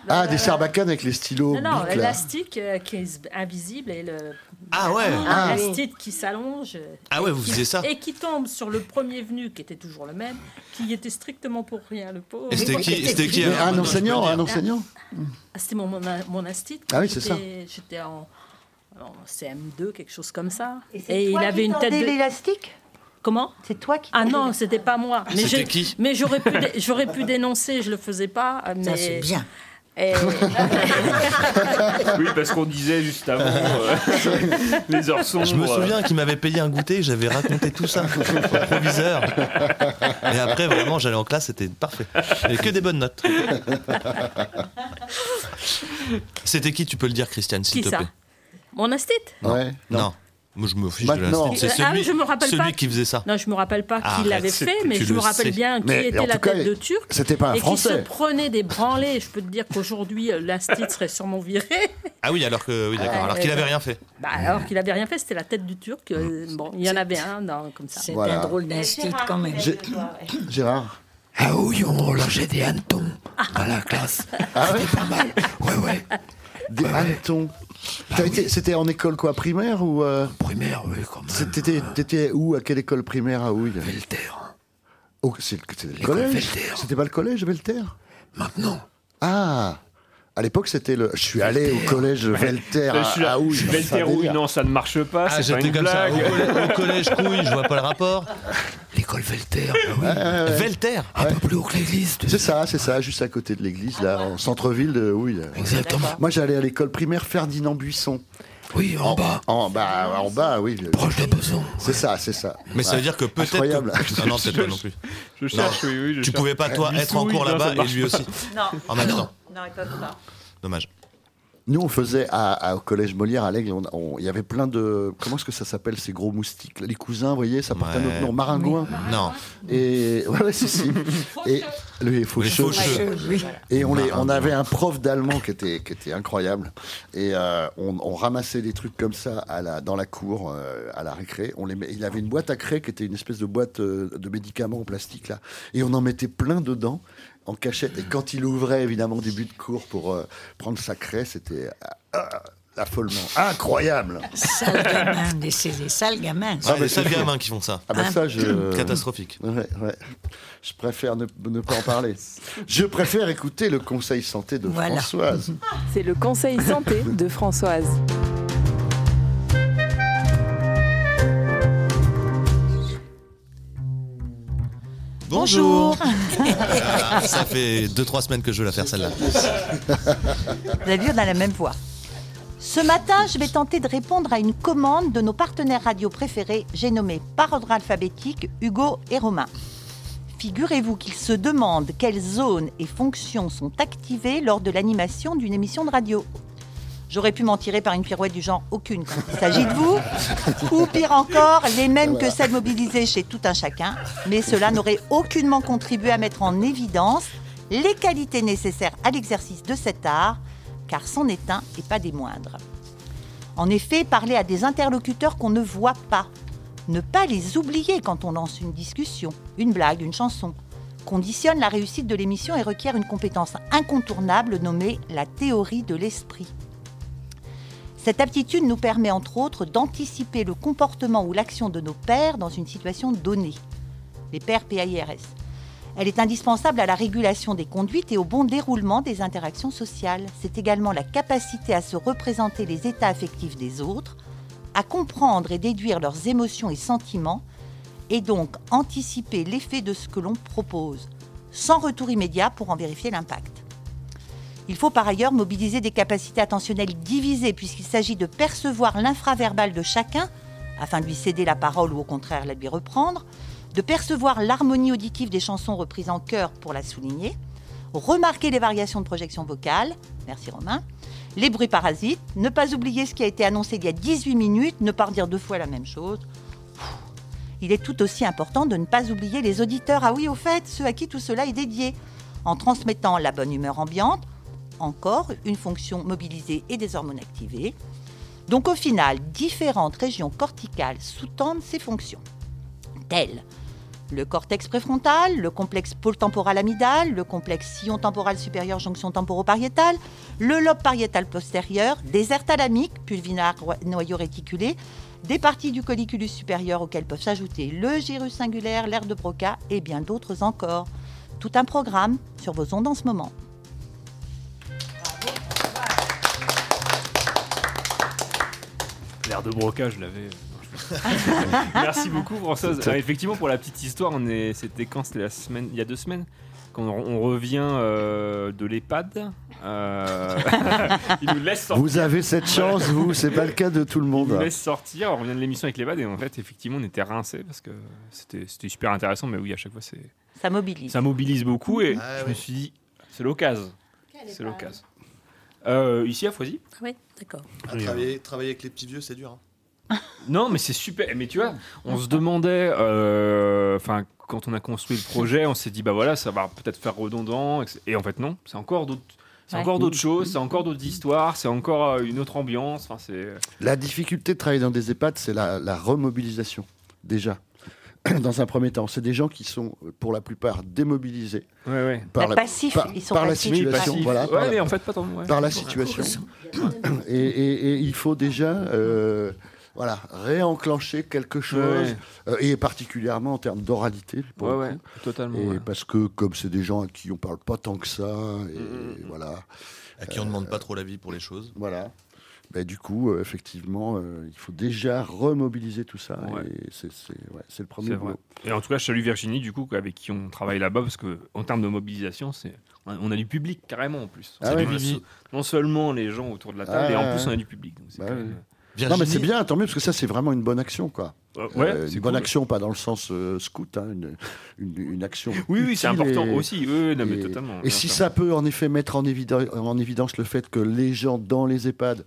D: Ah, des sarbacanes avec les stylos.
I: Non, non,
D: bic, là.
I: l'élastique euh, qui est invisible et le
E: Ah ouais
I: un élastique qui s'allonge. euh,
E: Ah ouais, vous faisiez ça
I: Et qui tombe sur le premier venu, qui était toujours le même, qui y était strictement pour rien, le pauvre.
E: Et c'était qui, c'était qui euh
D: Mais
E: alors
D: un
E: Maintenant, je peux
D: enseignant,
E: le
D: un
E: dire.
D: enseignant.
I: Ah, C'était mon, mon, mon astite.
D: Ah oui, c'est ça.
I: J'étais- J'étais en, en CM2, quelque chose comme ça.
H: Et
I: Et,
H: c'est
I: il
H: toi qui
I: avait une tête
H: tendais
I: de...
H: l'élastique
I: Comment
H: C'est toi qui.
I: Ah non, c'était pas moi. Mais
E: C'était
I: j'ai-
E: qui
I: Mais j'aurais pu, dé- j'aurais pu dénoncer, je le faisais pas. Mais
F: Ça, c'est bien.
I: Et-
B: Oui, parce qu'on disait juste avant euh, [LAUGHS] les heures sombres. euh.
E: Je me souviens qu'il m'avait payé un goûter, j'avais raconté tout ça au proviseur. Et après, vraiment, j'allais en classe, c'était parfait. Et que des bonnes notes. C'était qui, tu peux le dire, Christiane, s'il
I: Qui
E: te
I: ça
E: plaît
I: Mon astite
D: Ouais.
E: Non. Moi, je me fiche
D: Maintenant.
E: de la C'est
I: Ah,
E: celui,
I: je me rappelle
E: celui
I: pas.
E: qui faisait ça. Ah,
I: Non, je me rappelle pas qui
E: Arrête,
I: l'avait
E: c'est-
I: fait, mais
E: tu
I: je me
E: le
I: rappelle
E: sais.
I: bien qui
D: Mais en
I: était la
D: tout cas,
I: tête de Turc.
D: c'était pas un
I: et qui se
D: Français.
I: prenait des branlées. Je peux te dire qu'aujourd'hui, euh, l'astite
F: [LAUGHS]
I: serait sûrement virée.
E: Ah oui, alors que oui, d'accord.
I: Ah,
E: alors
I: ouais,
E: qu'il avait
I: ouais.
E: rien fait.
I: Bah, alors qu'il avait rien fait, c'était la tête du Turc. euh, bon, il y en avait un dans- comme ça.
F: C'était
D: Voilà.
F: un drôle d'instit quand même.
D: J'ai- Gérard
J: Ah oui, on lâchait des hannetons dans la classe.
D: Ah ouais
J: C'était pas mal. bah, Ouais, ouais.
D: Des hannetons. T'as été- C'était en école quoi, primaire ou euh,
J: Primaire, oui, quand même.
D: c'est- T'étais t'étais où À quelle école primaire à Houille
J: Velter.
D: Oh, c'est le- C'était le
J: L'école
D: collège
J: Velter.
D: C'était pas le collège, Velter
J: Maintenant,
D: Ah À l'époque, c'était le. Je suis allé au collège Velter
B: Là, je suis
D: à,
B: là,
D: à Houille.
B: je suis
D: c'est un
B: Velter, oui,
D: délire.
B: non, ça ne marche pas,
E: Ah,
B: c'est pas
E: j'étais
B: une
E: comme ça. Au,
B: blague.
E: coll- au collège, couille, je vois pas le rapport.
J: l'école Velter, bah oui.
E: Velter
J: Un peu plus haut que l'église. tu
D: C'est ça, c'est ça, juste à côté de l'église, là, en centre-ville de Houille.
L: Ah
J: Exactement.
D: Moi, j'allais à l'école primaire Ferdinand Buisson.
J: Oui, en bas,
D: En bas, en bas, oui.
I: Oh,
J: proche de Besançon.
D: C'est ça, c'est ça.
E: Mais ça veut dire que peut-être. que-
D: Incroyable.
E: Ah [LAUGHS] non, peut-être pas non plus.
B: Je cherche, [LAUGHS] oui, oui, je
E: Tu
B: cherche.
E: pouvais pas, toi,
B: Lui
E: être en
B: sourit,
E: cours
B: non, ça
E: là-bas et
B: marche
E: lui
B: pas.
E: aussi.
H: Non.
E: En même temps.
H: Non, ils peuvent pas.
E: Dommage.
D: Nous, on faisait à, à- au collège Molière à l'Aigle, on- on- il y avait plein de. Comment est-ce que ça s'appelle ces gros moustiques là Les cousins, vous voyez, ça porte un
E: Ouais.
D: autre nom, maringouin.
E: Non.
D: Et. [LAUGHS] Ouais, ouais, si, si. Et. Les faucheux.
E: Les faucheux.
F: Oui.
D: Et on, les, on
E: Maringouin.
D: avait un prof d'allemand qui était, qui était incroyable. Et euh, on, on ramassait des trucs comme ça à la, dans la cour, euh, à la récré. On les met- il avait une boîte à craie qui était une espèce de boîte euh, de médicaments en plastique, là. Et on en mettait plein dedans, en cachette. Et quand il ouvrait, évidemment, début de cours pour euh, prendre sa craie, c'était ah, affolement incroyable.
F: Sale gamin, mais c'est des sales gamins.
E: Ah,
F: ça.
E: les seuls gamins qui font ça.
D: Ah bah ça, je...
E: Catastrophique.
D: Ouais, ouais. Je préfère ne, ne pas en parler. Je préfère écouter le conseil santé de
F: Voilà.
D: Françoise.
M: C'est le conseil santé de Françoise.
E: Bonjour Ah, Ça fait 2-3 semaines que je veux la faire celle-là.
H: Vous avez vu, on a la même voix. Ce matin, je vais tenter de répondre à une commande de nos partenaires radio préférés. J'ai nommé par ordre alphabétique Hugo et Romain. Figurez-vous qu'ils se demandent quelles zones et fonctions sont activées lors de l'animation d'une émission de radio. J'aurais pu m'en tirer par une pirouette du genre aucune quand il s'agit de vous, ou pire encore, les mêmes que celles mobilisées chez tout un chacun, mais cela n'aurait aucunement contribué à mettre en évidence les qualités nécessaires à l'exercice de cet art, car c'en est un et pas des moindres. En effet, parler à des interlocuteurs qu'on ne voit pas, ne pas les oublier quand on lance une discussion, une blague, une chanson, conditionne la réussite de l'émission et requiert une compétence incontournable nommée la théorie de l'esprit. Cette aptitude nous permet entre autres d'anticiper le comportement ou l'action de nos pairs dans une situation donnée, les pairs PAIRS. Elle est indispensable à la régulation des conduites et au bon déroulement des interactions sociales. C'est également la capacité à se représenter les états affectifs des autres, à comprendre et déduire leurs émotions et sentiments, et donc anticiper l'effet de ce que l'on propose, sans retour immédiat pour en vérifier l'impact. Il faut par ailleurs mobiliser des capacités attentionnelles divisées puisqu'il s'agit de percevoir l'infraverbal de chacun afin de lui céder la parole ou au contraire la lui reprendre, de percevoir l'harmonie auditive des chansons reprises en chœur pour la souligner, remarquer les variations de projection vocale, merci Romain, les bruits parasites, ne pas oublier ce qui a été annoncé il y a 18 minutes, ne pas redire deux fois la même chose. Il est tout aussi important de ne pas oublier les auditeurs, ah oui au fait, ceux à qui tout cela est dédié, en transmettant la bonne humeur ambiante, encore une fonction mobilisée et des hormones activées. Donc au final, différentes régions corticales sous-tendent ces fonctions, telles le cortex préfrontal, le complexe pôle temporal amidal, le complexe sillon temporal supérieur jonction temporopariétale, le lobe pariétal postérieur, des aires thalamiques, pulvinar noyau réticulé, des parties du colliculus supérieur auxquelles peuvent s'ajouter le gyrus singulaire, l'aire de Broca et bien d'autres encore. Tout un programme sur vos ondes en ce moment.
B: L'air de brocage, je l'avais.
H: [LAUGHS]
B: Euh, Merci beaucoup Françoise. Ah, effectivement pour la petite histoire, on est c'était quand c'était la semaine il y a deux semaines Quand on, on revient euh, de l'EHPAD, euh, [LAUGHS] il nous laisse sortir.
D: Vous avez cette chance, vous, c'est pas le cas de tout le
B: Il
D: monde.
B: nous laisse sortir, on revient de l'émission avec l'EHPAD et en fait, effectivement, on était rincés parce que c'était c'était super intéressant, mais oui, à chaque fois, c'est
H: Ça mobilise.
B: ça mobilise beaucoup et je me suis dit, c'est l'occasion. C'est l'occasion. Euh, ici, à Foisy
I: Oui, d'accord.
E: Ah, travailler, travailler avec les petits vieux, c'est dur. hein.
B: Non, mais c'est super. Mais tu vois, on se demandait, euh, enfin, quand on a construit le projet, on s'est dit, bah voilà, ça va peut-être faire redondant. etc. Et en fait, non, c'est encore d'autres. C'est
H: Ouais.
B: encore
D: Mmh.
B: d'autres choses, c'est encore d'autres histoires, c'est encore euh, une autre ambiance. Enfin, c'est.
D: La difficulté de travailler dans des EHPAD, c'est la, la remobilisation, déjà. [CLEARS THROAT] Dans un premier temps, c'est des gens qui sont euh, pour la plupart démobilisés par
H: Bah, passifs,
D: par-
H: ils sont
D: par la
H: passifs.
D: situation.
H: Passifs.
D: Voilà,
B: Ouais,
D: par la-
B: mais en fait, pas tant, ouais.
D: Par la situation. et, et- et il faut déjà euh, voilà, réenclencher quelque chose,
B: Ouais.
D: euh, et particulièrement en termes d'oralité. pour
B: Ouais,
D: le
B: ouais,
D: coup.
B: totalement,
D: Et
B: ouais.
D: Parce que, comme c'est des gens à qui on parle pas tant que ça, et
B: Mm,
D: voilà.
E: À qui on demande pas trop l'avis pour les choses.
D: Voilà. Bah, du coup, euh, effectivement, euh, il faut déjà remobiliser tout ça. Et c'est c'est- ouais, c'est le premier
B: C'est vrai.
D: boulot.
B: Et en tout cas, je salue Virginie, du coup, avec qui on travaille là-bas, parce que en termes de mobilisation, c'est on a du public carrément en plus.
D: Ah
B: On a
D: ouais,
B: du-
D: Vivi.
B: non seulement les gens autour de la table,
D: Ah
B: et en
D: ouais,
B: plus on a
D: ouais.
B: du public. Donc c'est
D: Bah
B: quand
D: ouais.
B: même-
D: Non, mais c'est bien, tant mieux, parce que ça, c'est vraiment une bonne action, quoi.
B: Euh, ouais,
D: Euh,
B: c'est
D: une bonne
B: cool.
D: action, pas dans le sens euh, scout, hein, une, une- une action.
B: Oui, oui, c'est
D: utile
B: important
D: et-
B: aussi. Oui, oui, non, mais
D: et-
B: totalement,
D: Et
B: bien
D: si
B: sûr.
D: ça peut en effet mettre en, éviden- en évidence le fait que les gens dans les EHPAD,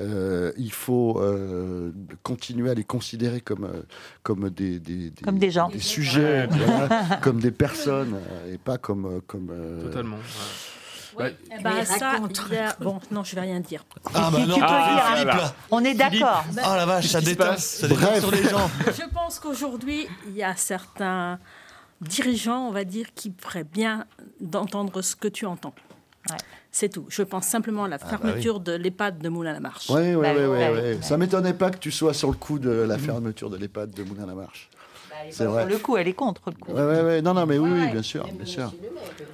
D: euh, il faut euh, continuer à les considérer comme, euh, comme des, des, des-
H: Comme des gens.
D: des sujets,
H: Ouais.
D: voilà, comme des personnes, euh, et pas comme. euh, comme euh,
B: Totalement.
I: Eh ben,
F: Mais
I: ça,
F: raconte.
I: il y a- Bon, non, je vais rien dire.
E: Ah, bah
H: Si
E: non,
H: tu peux
E: ah,
H: dire,
E: Philippe,
H: hein.
E: là.
H: on est d'accord.
E: Ah la vache, ça
B: Qu'est-ce qui se
E: déteint,
B: passe
E: ça déteint
D: Bref.
E: sur les gens.
I: Je pense qu'aujourd'hui, il y a certains dirigeants, on va dire, qui feraient bien d'entendre ce que tu entends. C'est tout. Je pense simplement à la
D: bah oui.
I: fermeture de l'EHPAD de Moulin-la-Marche.
D: Ouais, ouais, ouais, Bah ouais, ouais. Ça m'étonnait pas que tu sois sur le coup de la fermeture de l'EHPAD de Moulin-la-Marche. C'est vrai.
H: Pour le coup, elle est contre le coup.
D: Ouais, ouais, ouais. Non, non, mais oui, oui, bien sûr, bien sûr.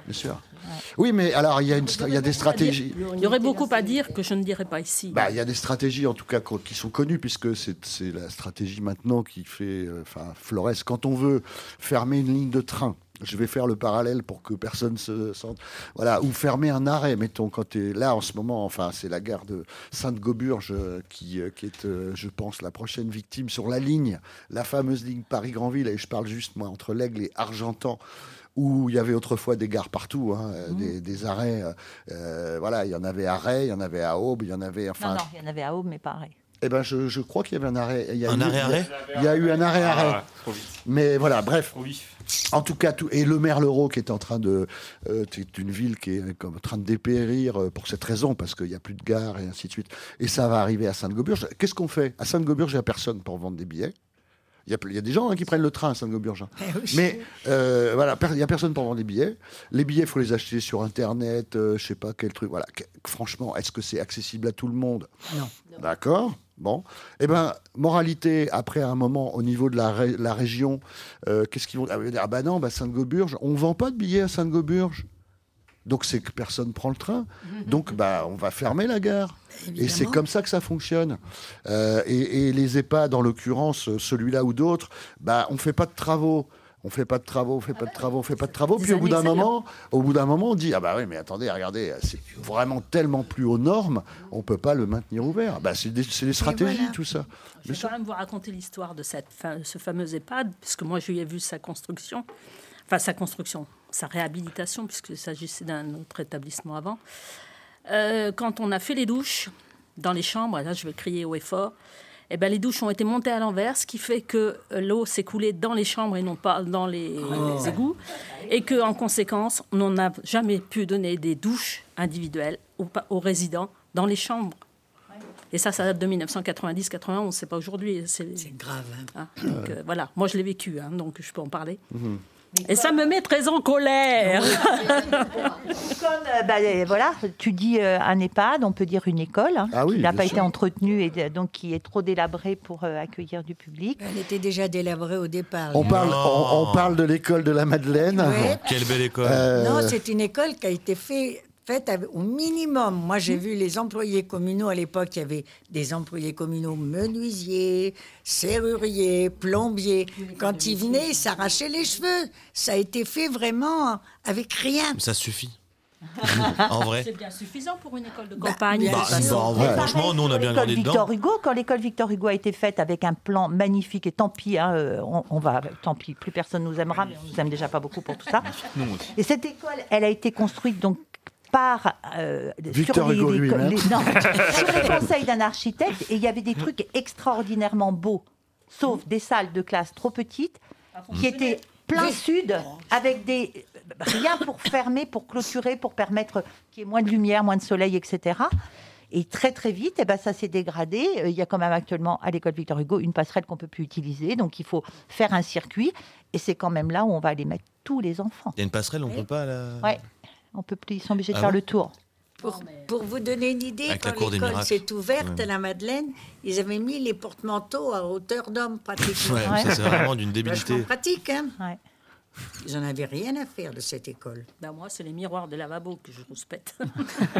D: Bien sûr. Oui, mais alors, il y, a une stra- il y a des stratégies.
I: Il y aurait beaucoup à dire que je ne dirais pas ici.
D: Bah, il y a des stratégies en tout cas qu'on- qui sont connues puisque c'est c'est la stratégie maintenant qui fait, euh, enfin, Flores. Quand on veut fermer une ligne de train, je vais faire le parallèle pour que personne se sente, voilà, ou fermer un arrêt, mettons. Quand tu es là en ce moment, enfin, c'est la gare de Sainte-Goburge euh, qui, euh, qui est, euh, je pense, la prochaine victime sur la ligne, la fameuse ligne Paris-Granville. Et je parle juste moi entre l'Aigle et Argentan où il y avait autrefois des gares partout, hein,
H: Mmh.
D: euh, des, des arrêts. euh, euh, voilà, il y en avait à Ray, il y en avait à Aube, il y en avait. Enfin,
H: Non, non, il y en avait à Aube, mais pareil.
D: eh ben, je, je crois qu'il y avait un arrêt. Il y a
E: Un
D: eu-
E: arrêt-arrêt
D: Il y a eu un arrêt-arrêt.
B: Ah, trop vite.
D: Mais voilà, bref.
B: Trop vif.
D: En tout cas, tout, et le maire Leroux qui est en train de, euh, c'est une ville qui est comme en train de dépérir euh, pour cette raison parce qu'il n'y a plus de gare et ainsi de suite. Et ça va arriver à Sainte-Goburge. Qu'est-ce qu'on fait À Sainte-Goburge, il n'y a personne pour vendre des billets. Il y a, il y a des gens hein, qui prennent le train à Sainte-Goburge. hein.
F: Eh
D: Mais euh, voilà, per- il n'y a personne pour vendre des billets. Les billets, il faut les acheter sur Internet, euh, je sais pas quel truc. Voilà. Que- franchement, est-ce que c'est accessible à tout le monde
F: Non.
D: D'accord Bon. Eh bien, moralité, après un moment, au niveau de la, ré- la région, euh, qu'est-ce qu'ils vont ah, ils vont dire Ah ben non, bah, Sainte-Goburge, on ne vend pas de billets à Sainte-Goburge. Donc c'est que personne prend le train. Donc bah, on va fermer la gare. Et c'est comme ça que ça fonctionne. Euh, et, et les EHPAD, en l'occurrence, euh, celui-là ou d'autres, bah, on ne fait pas de travaux. On fait pas de travaux, on fait pas de travaux, on fait pas de travaux. Puis au bout d'un
L: années que ça
D: moment, au bout d'un moment, on dit ah bah oui, mais attendez, regardez, c'est vraiment tellement plus aux normes, on peut pas le maintenir ouvert. Bah c'est des, c'est des stratégies tout ça.
I: Je vais quand même vous raconter l'histoire de cette fa- ce fameux EHPAD, puisque moi, je lui ai vu sa construction, enfin sa construction, sa réhabilitation, puisqu'il s'agissait d'un autre établissement avant. Euh, quand on a fait les douches dans les chambres, là, je vais crier haut et fort, eh ben, les douches ont été montées à l'envers, ce qui fait que euh, l'eau s'est coulée dans les chambres et non pas dans les, les égouts, et que en conséquence, on n'a jamais pu donner des douches individuelles aux pa- aux résidents dans les chambres. Et ça, ça date de 1990-91, c'est pas aujourd'hui. C'est grave. donc, euh, voilà, moi je l'ai vécu, hein, donc je peux en parler.
D: Mhm.
I: Et ça me met très en colère.
H: Comme, euh, bah, euh, voilà, tu dis euh, un EHPAD, on peut dire une école, hein,
F: Ah oui,
H: qui n'a
F: bien
H: pas
F: sûr.
H: été entretenue et euh, donc qui est trop délabrée pour euh, accueillir du public.
F: Elle était déjà délabrée au départ.
D: On
F: là.
D: parle, on, on parle de l'école de la Madeleine.
F: Ouais.
E: Quelle belle école.
D: Euh,
F: Non, c'est une école qui a été faite faites avec- au minimum. Moi,
I: Hmm.
F: j'ai vu les employés communaux à l'époque. Il y avait des employés communaux menuisiers, serruriers, plombiers. Quand ils venaient, ils s'arrachaient les cheveux. Ça a été fait vraiment avec rien.
E: Mais ça suffit. en vrai.
I: C'est bien suffisant pour une école de
F: Bah,
I: campagne.
E: bien Bah, sûr. bah, en vrai,
H: Et pareil
E: franchement, nous, on a
H: pour
E: bien
H: l'école
E: grandi
H: Victor
E: dedans.
H: Hugo, quand l'école Victor Hugo a été faite avec un plan magnifique, et tant pis, hein, euh, on, on va, tant pis, plus personne nous aimera, mais on nous aime déjà pas beaucoup pour tout
D: [LAUGHS]
H: ça.
B: Nous aussi.
H: Et cette école, elle a été construite donc par euh,
D: Victor
H: sur les-
D: Hugo
H: les-
D: lui-même.
H: les-
D: [LAUGHS]
H: non, sur les conseils d'un architecte, et il y avait des trucs extraordinairement beaux, sauf des salles de classe trop petites, qui étaient plein sud, avec des rien pour fermer, pour clôturer, pour permettre qu'il y ait moins de lumière, moins de soleil, etc. Et très très vite, eh ben, ça s'est dégradé. Euh, Il y a quand même actuellement à l'école Victor Hugo une passerelle qu'on ne peut plus utiliser, donc il faut faire un circuit, et c'est quand même là où on va aller mettre tous les enfants.
E: Il y a une passerelle, on peut pas la.
H: Ouais, on peut plus, ils sont obligés de
E: Ah
H: faire
E: bon
H: le tour.
F: Pour, pour vous donner une idée,
E: Avec la
F: quand
E: cour des
F: l'école
E: miracles.
F: s'est ouverte
E: Ouais.
F: à la Madeleine, ils avaient mis les porte-manteaux à hauteur d'homme pratiquement.
E: Ouais, ça, c'est vraiment d'une
F: Vachement
E: débilité.
F: pratique, hein
H: ouais.
F: Ils n'en avaient rien à faire de cette école.
I: Ben, moi, c'est les miroirs de lavabo que je respecte.
F: [LAUGHS]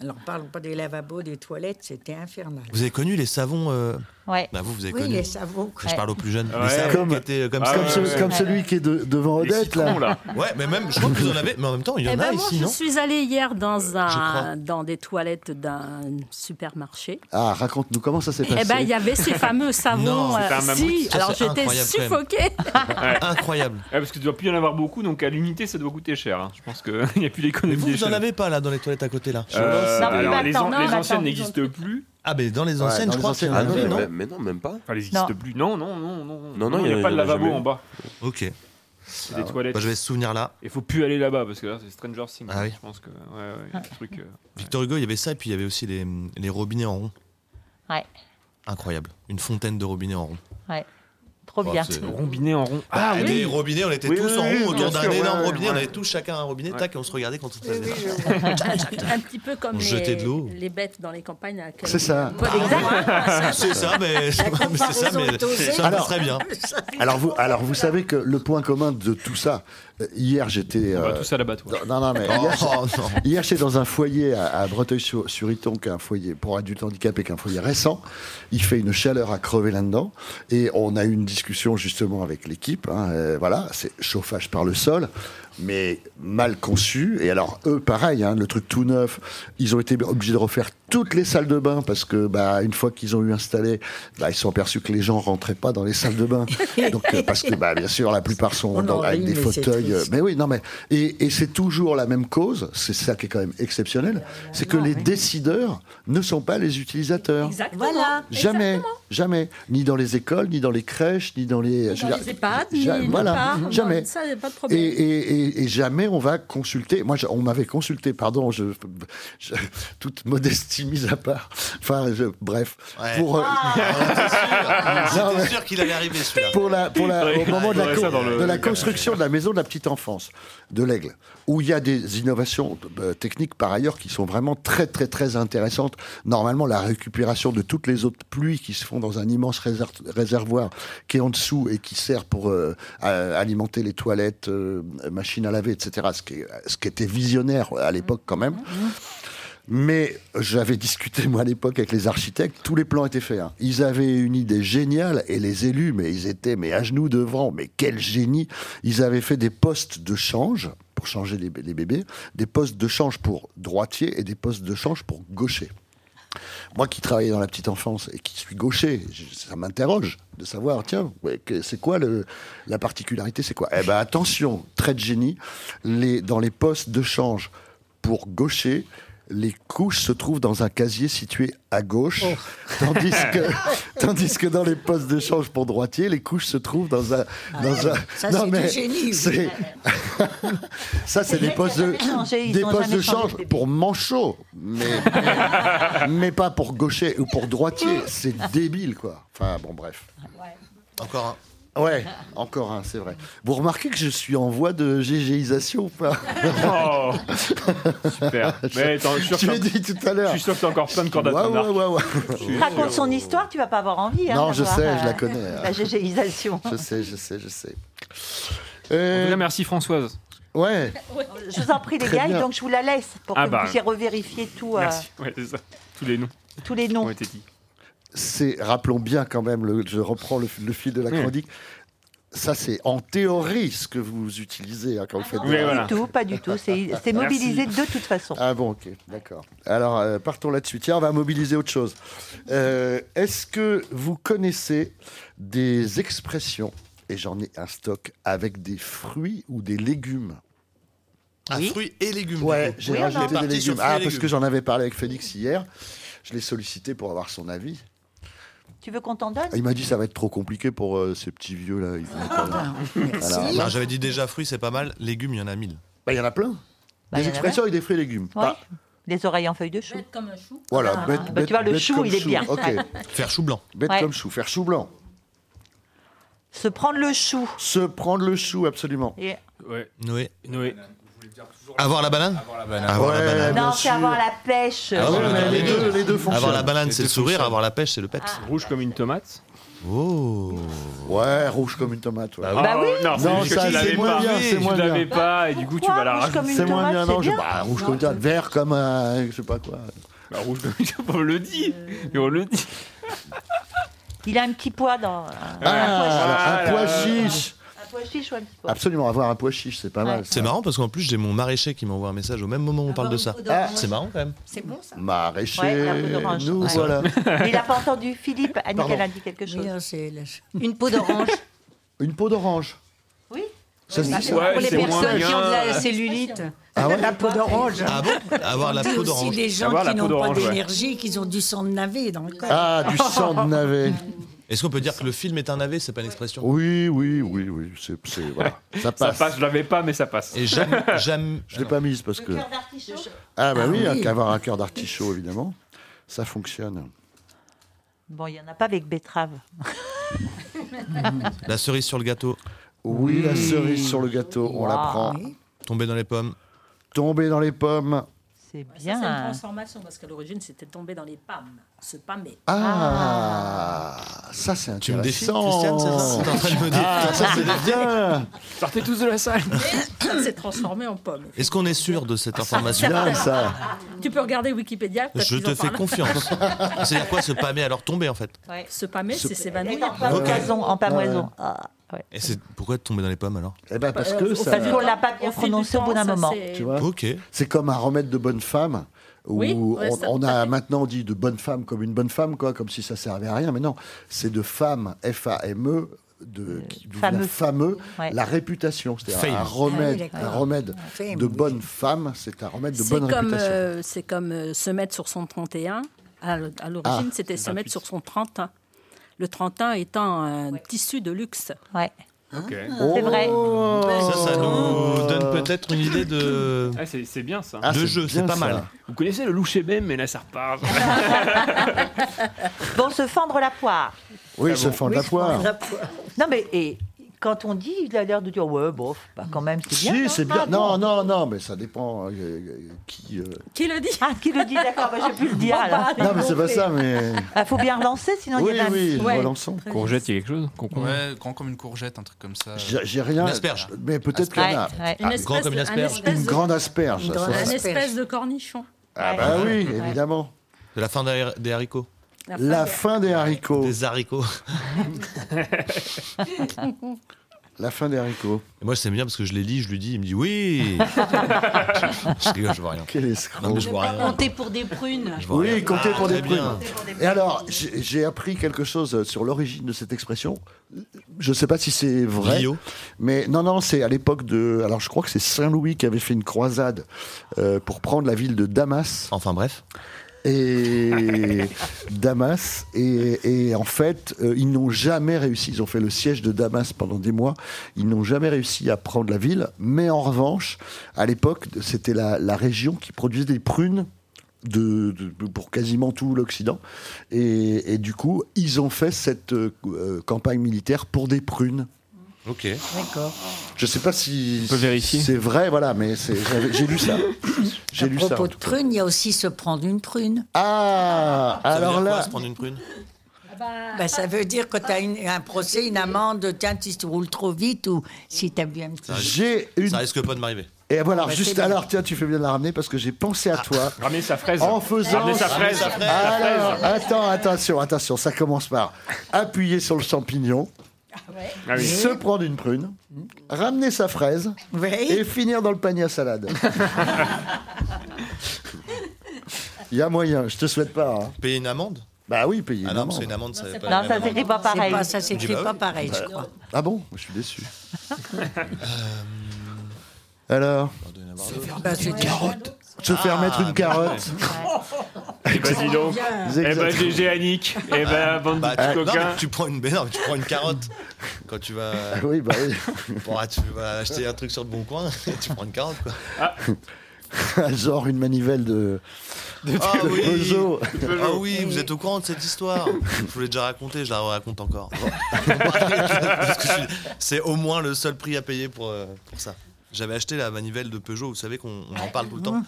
F: Alors, parlons pas des lavabos, des toilettes, c'était infernal.
E: Vous avez connu les savons euh,
H: Ouais.
E: bah, vous, vous avez
F: Oui,
E: connu.
F: les savons.
E: Je parle aux plus jeunes.
B: Ouais.
E: Les savons
B: Comme-
E: qui étaient euh, comme,
B: Ah
E: ça.
D: comme, ce-
B: ouais,
D: comme
B: ouais.
D: celui qui est de- devant Odette, là.
E: Ouais, mais même, je crois que vous en avez. Mais en même temps, il y en
I: Eh
E: a
I: ben, moi,
E: ici,
I: je
E: non Euh,
I: suis allée hier dans,
E: crois.
I: un, dans des toilettes d'un supermarché.
D: Ah, raconte-nous comment ça s'est passé.
I: Eh ben, il y avait ces
E: [LAUGHS]
I: fameux savons.
E: Non, c'était
I: euh,
B: un mammouth.
I: si,
E: Ça,
I: alors
E: c'est
I: j'étais
E: incroyable, quand même.
I: suffoquée.
E: Incroyable.
B: Ouais, Eh, parce que tu dois plus y en avoir beaucoup, donc à l'unité ça doit coûter cher. hein. Je pense [LAUGHS] qu'il n'y a plus
E: Mais
B: l'économie
E: vous,
B: des
E: vous en
B: choses.
E: avez pas là dans les toilettes à côté là
B: Euh,
H: Non, mais
B: alors,
H: attends,
B: les, an-
H: non,
B: les
H: attends,
B: anciennes
H: ils ont-
B: n'existent plus.
E: Ah, mais dans les
D: Ouais,
E: anciennes,
D: dans
E: je
D: les
E: crois qu'il y en
B: ah,
D: anciennes,
E: avait,
D: ouais,
E: non
D: ouais.
C: Mais Ah non, même pas.
B: Enfin, elles n'existent
H: Non.
B: plus. Non, non, non, non.
C: Non, non,
B: il
C: il y
B: n'y
C: en
B: a
C: a-
B: pas
C: il
B: de Ah
C: y en a
B: lavabo
C: jamais eu.
B: en bas.
E: Ok.
B: C'est des toilettes.
E: Bah, je vais ce souvenir là.
B: Il faut plus aller là-bas parce que là, c'est Stranger Things.
E: Ah oui.
B: Je pense que. Ouais, ouais,
D: Ah.
B: il y a des trucs, euh,
E: Victor Hugo, il y avait ça, et puis il y avait aussi les, les robinets en rond.
H: Ouais,
E: Incroyable. Une fontaine de robinets en rond.
H: ouais. Trop
E: Oh,
H: bien.
E: c'est-
B: Rombinet en
D: Bah,
B: rond. Ah
E: Et
B: oui
E: Les robinets, on était
B: Oui,
E: tous
B: oui,
E: en
B: oui,
E: rond
B: bien
E: autour d'un
B: sûr, ouais,
E: énorme
B: ouais,
E: robinet. On
B: ouais.
E: avait tous chacun un robinet,
B: Ouais.
E: tac, et on se regardait quand on se faisait
F: Oui, oui,
E: ça.
I: Un petit peu comme
E: On jetait
I: les,
E: de l'eau.
I: les bêtes dans les campagnes. à laquelle
D: C'est
I: on-
D: ça.
E: Ah,
I: Pas d'exemple.
E: C'est ça, mais c'est mais c'est ça, mais
F: dosée.
E: ça me va
D: Alors-
E: très bien.
F: Ah,
D: Alors, vous, alors, vous savez que le point commun de tout ça, euh, hier j'étais.
B: On va
D: euh,
B: tous à
D: [LAUGHS]
B: l'abattoir.
D: non, non, mais
E: Oh,
D: hier,
E: non.
D: Hier, j'étais dans un foyer à, à Breteuil-sur-Iton, qui est un foyer pour adultes handicapés, qui est un foyer récent. Il fait une chaleur à crever là-dedans. Et on a eu une discussion justement avec l'équipe. hein, euh, voilà, c'est chauffage par le sol, mais mal conçu. Et alors, eux, pareil, hein, le truc tout neuf, ils ont été obligés de refaire toutes les salles de bain parce que, bah, une fois qu'ils ont eu installé, bah, ils se sont aperçus que les gens rentraient pas dans les salles de
F: [LAUGHS]
D: bain. Donc, euh, parce que, bah, bien sûr, la plupart sont
F: On en
D: dans- avec
F: rit,
D: des
F: mais c'est
D: fauteuils. euh,
F: triste.
D: mais oui, non, mais. Et, et c'est toujours la même cause, c'est ça qui est quand même exceptionnel, c'est que les décideurs ne sont pas les utilisateurs.
I: Exactement.
F: Voilà.
D: Jamais, jamais. Ni dans les écoles, ni dans les crèches, ni dans les. je veux
I: Dans
D: dire,
I: les EHPAD,
D: ja-
I: ni
D: voilà,
I: nulle part.
D: jamais.
I: Ça, y a pas de
D: Et,
I: problème.
D: et- et- et jamais on va consulter. Moi, je- on m'avait consulté, pardon, je, je- toute modestie mise à part. Enfin, je- bref.
E: Ouais.
D: Pour, euh,
I: Ah,
D: [LAUGHS] Non, mais-
E: J'étais sûr qu'il allait arriver celui-là.
D: pour la, pour la-
B: Ouais,
D: au moment de la,
B: ouais,
D: co-
B: ça dans le-
D: de la construction de la maison de la petite enfance de l'aigle, où il y a des innovations euh, techniques par ailleurs qui sont vraiment très très très intéressantes. Normalement, la récupération de toutes les autres pluies qui se font dans un immense réser- réservoir qui est en dessous et qui sert pour euh, à- alimenter les toilettes, euh, machines à laver, etc. Ce qui, est- ce qui était visionnaire à l'époque quand même. Mais j'avais discuté, moi, à l'époque, avec les architectes. Tous les plans étaient faits. hein. Ils avaient une idée géniale et les élus, mais ils étaient mais à genoux devant. Mais quel génie Ils avaient fait des postes de change pour changer les, bé- les bébés, des postes de change pour droitier et des postes de change pour gaucher. Moi qui travaillais dans la petite enfance et qui suis gaucher, je- ça m'interroge de savoir, tiens, ouais, que- c'est quoi le, la particularité C'est quoi Eh ben attention, trait de génie, les, dans les postes de change pour gaucher, les couches se trouvent dans un casier situé à gauche,
F: Oh.
D: [LAUGHS] tandis, que, tandis que dans les postes de change pour droitier, les couches se trouvent dans un... Dans un
F: Ah, Ça, c'est du génie.
D: c'est- ça, c'est
H: C'est
D: des
H: vrai
D: postes
H: qu'ils ont
D: de,
H: jamais changé, ils
D: des
H: ont
D: postes
H: jamais
D: de
H: changé
D: change
H: depuis.
D: pour manchot, mais, mais, mais pas pour gaucher ou pour droitier. C'est débile, quoi. Enfin, bon, bref.
E: Encore un.
D: Ouais, encore un, c'est vrai. Vous remarquez que je suis en voie de GGisation ou pas
B: Oh Super. Mais attends, je suis
D: [LAUGHS]
B: sûr
D: Je l'ai
B: que-
D: dit tout à
B: je
D: l'heure.
B: suis sûr que t'as encore plein de cordes à
D: Ouais,
B: ton
D: ouais,
B: arc.
D: ouais, ouais.
H: Raconte son histoire, tu vas pas avoir envie. hein,
D: Non, je
H: d'avoir,
D: sais, je
H: euh,
D: la connais. hein. [LAUGHS]
H: La GGisation.
D: Je sais, je sais, je sais.
B: En tout
D: Euh,
B: cas, merci Françoise.
D: Ouais.
H: Je vous en prie, les
D: Très
H: gars, et
D: bien.
H: donc je vous la laisse pour
D: Ah
H: que
D: bah.
H: vous puissiez revérifier tout. euh,
B: Merci. Ouais, c'est ça. Tous les noms.
H: Tous les noms.
B: Ont été dit.
D: c'est, rappelons bien quand même, le- je reprends le, le fil de la
B: Oui.
D: chronique. Ça, c'est en théorie ce que vous utilisez hein, quand
E: Ah
D: vous faites.
H: non,
D: des-
H: pas du tout, pas du tout. C'est c'est mobilisé de toute façon.
D: Ah bon, ok, d'accord. Alors, euh, partons là-dessus. Tiens, on va mobiliser autre chose. Euh, Est-ce que vous connaissez des expressions, et j'en ai un stock, avec des fruits ou des légumes
E: Ah, fruits et légumes.
D: Ouais,
E: du coup.
D: j'ai
E: Oui, on est
D: rajouté
E: parti
D: des
E: sur
D: légumes.
E: fruits
D: Ah,
E: et
D: parce que
E: légumes.
D: j'en avais parlé avec Félix hier. Je l'ai sollicité pour avoir son avis.
H: Tu veux qu'on t'en donne
D: Ah, Il m'a dit ça va être trop compliqué pour euh, ces petits vieux là. Ils
E: Ah
D: vont pas-
E: bah,
D: Bah, Alors,
E: Non, J'avais dit déjà fruits, c'est pas mal. Légumes, il y en a mille.
D: Bah, il y en a plein.
H: Bah, il y en a
D: des expressions avec des fruits et légumes.
H: Ouais.
D: Pas-
H: Les oreilles en feuilles de chou.
I: comme un chou.
D: Voilà,
H: Ah.
D: bête,
H: Bah,
D: bête-
H: tu vois, le
D: bête
H: chou,
D: comme
H: il est bien. [LAUGHS]
D: Ok.
E: Faire chou blanc.
D: Bête
H: Ouais.
D: comme chou, faire chou blanc.
H: Se prendre le chou.
D: Se prendre le chou, absolument.
H: Et-
B: Ouais.
E: Noé.
B: Noé.
E: Avoir la banane Avoir la
D: Ouais,
E: banane.
H: non, c'est avoir la pêche.
E: Ah ouais,
H: Euh,
E: mais
D: les deux- Ah, les deux
E: Avoir
D: fonctionnent.
E: la banane,
D: Les
E: c'est
D: deux
E: le sourire.
D: fonctionnent.
E: Avoir la pêche, c'est le peps.
B: Rouge comme une tomate.
E: Oh.
D: Ouais, rouge comme une tomate. ouais.
B: Ah, Non, c'est juste que
D: ça
B: tu l'avais
D: c'est moins
B: pas.
D: bien.
B: Oui,
D: C'est moins
B: tu l'avais
D: bien.
B: pas et du coup tu vas la rajouter.
D: C'est moins bien, non, je- bah, rouge comme une tomate, vert comme un. Je sais pas quoi.
B: Bah, rouge comme une tomate, on le dit. Mais on le dit.
H: Il a un petit poids dans.
D: Ah, alors, un pois chiche.
H: Un pois chiche ou un petit pois.
D: Absolument, avoir un pois chiche, c'est pas mal. ça.
E: C'est marrant parce qu'en plus j'ai mon maraîcher qui m'envoie un message au même moment où on parle de ça.
H: Ah.
E: C'est marrant quand même.
H: C'est bon ça
D: Maraîcher,
H: Ouais, un peu d'orange.
D: nous
H: Ouais.
D: voilà.
H: Mais il n'a pas entendu. Philippe, Annick,
D: Ah. Pardon.
H: elle a dit quelque chose.
F: euh,
N: Une peau d'orange.
D: Une peau d'orange.
H: Oui.
D: Ça se
N: Bah,
D: dit
N: c'est
D: ça
N: pour les personnes qui ont de la cellulite.
D: Ah ouais
F: La peau d'orange.
E: Ah bon Avoir la
F: On dit
E: peau d'orange.
F: aussi des gens
E: Avoir la
F: qui
E: peau
F: n'ont pas
E: d'orange, ouais.
F: d'énergie, qu'ils ont du sang de navet dans le corps.
D: Ah, du sang
H: [LAUGHS]
D: de navet.
E: Est-ce qu'on peut dire que le film est un navet C'est pas une expression.
D: Oui, oui, oui, oui. C'est, c'est- voilà. Ça passe.
B: je l'avais pas, mais ça passe.
E: Et j'aime. j'aime...
D: Je l'ai pas mise parce que.
H: d'artichaut.
D: Ah, bah
H: Ah
D: oui,
H: oui.
D: avoir un cœur d'artichaut, évidemment. Ça fonctionne.
H: Bon, il n'y en a pas avec betterave.
E: La cerise sur le gâteau.
D: Oui, la cerise sur le gâteau, on la
H: Wow.
D: prend.
E: Tomber dans les pommes.
D: Tomber dans les pommes.
H: C'est
I: Bah, Ça, c'est une
H: bien. hein.
I: transformation parce qu'à l'origine, c'était tombé dans les pâmes, se pâmer.
D: Ah, ça c'est intéressant.
E: Tu me défies, Ah, Christiane, c'est ça T'es en train de me défier.
D: Ah, ça c'est bien.
B: Sortez tous de la salle.
I: [COUGHS] Ça s'est transformé en pomme.
E: [LAUGHS] Est-ce qu'on est sûr de cette information
I: Tu peux regarder Wikipédia. peut-être
E: Je
I: qu'ils
E: te
I: en
E: fais
I: parlent.
E: [LAUGHS] confiance. C'est-à-dire quoi se pâmer alors tomber en fait
I: Se pâmer,
E: Se-
I: c'est s'évanouir.
H: Bah En pamoison. En pamoison. Ah, ouais.
E: Et c'est pourquoi tomber dans les pommes alors
D: Eh ben parce
H: Euh,
D: que
H: au
D: ça.
H: fil du Parce qu'on l'a pas bien
I: Au fil du
H: prononcé au
I: temps,
H: bout d'un
I: ça,
H: moment.
I: c'est-
D: Tu vois
E: Ok.
D: C'est comme un remède de bonne femme. Où
I: Oui, ouais,
D: on,
I: ça,
D: on
I: tout
D: a maintenant dit de bonne femme comme une bonne femme, quoi, comme si ça servait à rien. Mais non, c'est de femme, F-A-M-E, E, de, qui- d'où vient
H: fameux.
D: fameux,
H: Ouais.
D: la réputation. C'est-à-dire
E: Fame.
D: un remède,
I: Ah oui,
D: un
I: d'accord.
D: remède
I: Fame,
D: de
I: oui.
D: bonne femme, c'est un remède de
I: C'est
D: bonne
I: comme,
D: réputation.
I: euh, c'est comme euh, se mettre sur son 31. À, l- à l'origine,
D: Ah,
I: c'était se
D: 28.
I: mettre sur son 31. Le 31 étant un tissu de luxe.
H: Ouais.
B: Ok.
H: euh, C'est vrai.
D: Oh.
E: Ça, ça nous donne peut-être une idée de.
B: Ah, c'est c'est bien ça.
E: de jeu, c'est pas mal.
B: Vous connaissez le loucher même, mais là ça repart.
H: Bon, se fendre la poire.
D: Oui, se fendre la poire.
H: Non, mais et, quand on dit, il a l'air de dire, ouais, bof, bah, quand même, c'est bien.
D: Si,
H: non
D: c'est
H: Ah,
D: bien. Non,
H: bon.
D: non, non, mais ça dépend euh, euh, qui. euh,
I: Qui le dit
H: Ah, qui le dit D'accord, bah, j'ai pu
I: [LAUGHS]
H: le dire. alors.
D: Non, mais c'est pas ça, mais.
H: Ah, faut bien relancer, sinon
D: Oui,
H: il y en a un
D: oui,
H: petit-
D: relançons.
B: Courgette, il y a quelque chose Concombre
K: Ouais, grand comme une courgette, un truc comme ça.
D: J'ai j'ai rien.
E: Une asperge.
D: Mais peut-être qu'il y en a.
H: Ouais, ouais.
I: Une espèce
E: grand comme une
I: de-
E: asperge.
I: Un espèce
D: Une
I: de-
D: grande asperge.
I: une
D: ça,
I: grande-
E: Ah,
D: ça,
I: un
D: ça.
I: espèce de cornichon.
D: Ah, bah oui, évidemment.
E: De la fin des, des haricots.
I: La fin
D: La
I: de-
D: fin des haricots.
E: Des haricots.
D: La fin des haricots.
E: Et moi, je sais bien parce que je les lis, je lui dis, il me dit [LAUGHS] oui. je rigole, je vois rien.
D: Quel escroc.
E: Non, mais je vois rien.
N: Compter pour des prunes.
E: Je vois rien.
D: Oui, comptez
E: Ah,
D: pour des
E: très bien.
D: prunes. Et alors, j'ai j'ai appris quelque chose euh, sur l'origine de cette expression. Je ne sais pas si c'est vrai.
E: Bio.
D: Mais non, non, c'est à l'époque de. Alors, je crois que c'est Saint-Louis qui avait fait une croisade euh, pour prendre la ville de Damas.
E: Enfin bref.
D: et Damas. Et, et en fait, euh, ils n'ont jamais réussi. Ils ont fait le siège de Damas pendant des mois. Ils n'ont jamais réussi à prendre la ville. Mais en revanche, à l'époque, c'était la, la région qui produisait des prunes. De, de- pour quasiment tout l'Occident. Et, et du coup, ils ont fait cette euh, euh, campagne militaire pour des prunes.
E: Ok.
F: D'accord.
D: Je sais pas si
B: peut vérifier.
D: c'est vrai, voilà, mais c'est- j'avais- j'ai lu
F: [LAUGHS]
D: ça. J'ai
F: À
D: lu ça. en
F: propos de
D: tout cas.
F: prune, il y a aussi se prendre une prune.
D: Ah,
E: Ça veut
D: alors
E: dire quoi,
D: là,
E: se prendre une prune
F: Bah, ça veut dire que tu as une- un procès, une amende, tiens, si tu roules trop vite ou si tu as bu un petit.
D: J'ai
E: une... Ça risque pas de m'arriver.
D: Et voilà,
F: Bah, c'est
D: juste
F: bien.
D: alors, tiens, tu fais bien de la ramener parce que j'ai pensé
B: Ah,
D: à toi.
B: Ramenez sa fraise.
D: En faisant.
B: Ramenez sa fraise.
D: Alors, attends, attention, attention, ça commence par appuyer sur le champignon,
B: Ah oui.
D: se prendre une prune, ramener sa fraise et finir dans le panier à
F: [LAUGHS]
D: salade. Il y a moyen, je te souhaite pas. hein.
E: Payer une amende
D: Bah oui, payer
E: Ah
D: une
E: non,
D: amende.
E: c'est une amende, ça n'est pas la
H: Non,
E: même
H: ça
E: amende.
H: s'écrit pas
F: C'est
H: pareil.
F: pas- ça s'écrit
E: Bah oui.
F: pas pareil, je
D: Bah,
F: crois.
D: Ah bon Je suis
B: [LAUGHS]
D: déçu. Euh, Alors
F: Bah, c'est-
D: Se faire mettre une carotte.
B: Eh ben dis donc.
D: Vous
B: Ah, bah, Eh ben
D: exagérez.
B: GG Annick. Eh ben bande de
E: Bah,
B: petits
E: tu, non,
B: coquins.
E: mais tu prends une mais non, mais tu prends une carotte quand tu vas
D: [LAUGHS] oui bah oui
E: Bon, ah, tu vas acheter un truc sur le bon coin [LAUGHS] tu prends une carotte quoi
D: [LAUGHS] Genre une manivelle de. de-
E: ah
D: de
E: oui
D: Peugeot.
E: ah oui vous êtes au courant de
D: [LAUGHS]
E: cette histoire je vous l'ai déjà racontée je la raconte encore Bon. [LAUGHS] Parce que je suis- c'est au moins le seul prix à payer pour, euh, pour ça j'avais acheté la manivelle de Peugeot vous savez qu'on on en parle tout
D: [LAUGHS]
E: le temps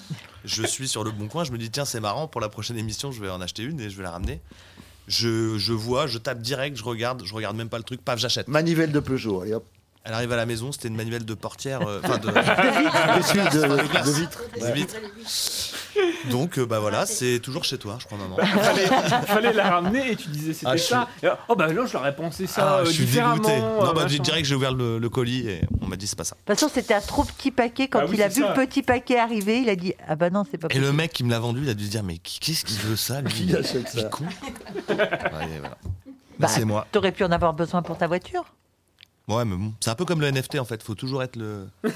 E: je suis sur le bon coin je me dis tiens c'est marrant pour la prochaine émission je vais en acheter une et je vais la ramener je, je vois je tape direct je regarde je regarde même pas le truc paf j'achète
D: Manivelle de Peugeot, allez hop.
E: elle arrive à la maison, c'était une manuelle de portière, euh, enfin de,
D: vitre, [LAUGHS] de-
E: Enfin,
D: de
E: glace.
D: vitre.
E: De
D: Ouais.
E: vitre. Donc euh, bah voilà, c'est toujours chez toi, je
D: [LAUGHS]
E: crois maman.
B: fallait, fallait la ramener et tu disais c'était
E: Ah, je
B: ça. Et, Oh bah non, je l'aurais pensé ça
E: Ah,
B: euh,
E: je suis
B: différemment.
E: dégoûté.
B: euh,
E: Non, bah, je
B: machin.
E: dirais que j'ai ouvert le, le colis et on m'a dit c'est pas ça.
H: De toute façon, c'était un trop petit paquet. Quand
E: Bah oui,
H: il a
E: c'est
H: vu
E: ça.
H: le petit paquet arriver, il a dit Ah bah non, c'est pas
E: Et
H: possible.
E: le mec qui me l'a vendu, il a dû se dire mais qui- qu'est-ce qu'il veut ça lui
D: Qui achète
E: Il est
D: ça
E: con. Ouais, et voilà.
H: Bah,
E: c'est moi.
H: T'aurais pu en avoir besoin pour ta voiture.
E: Ouais, mais bon, c'est un peu comme le NFT en fait. Faut toujours être le. [LAUGHS]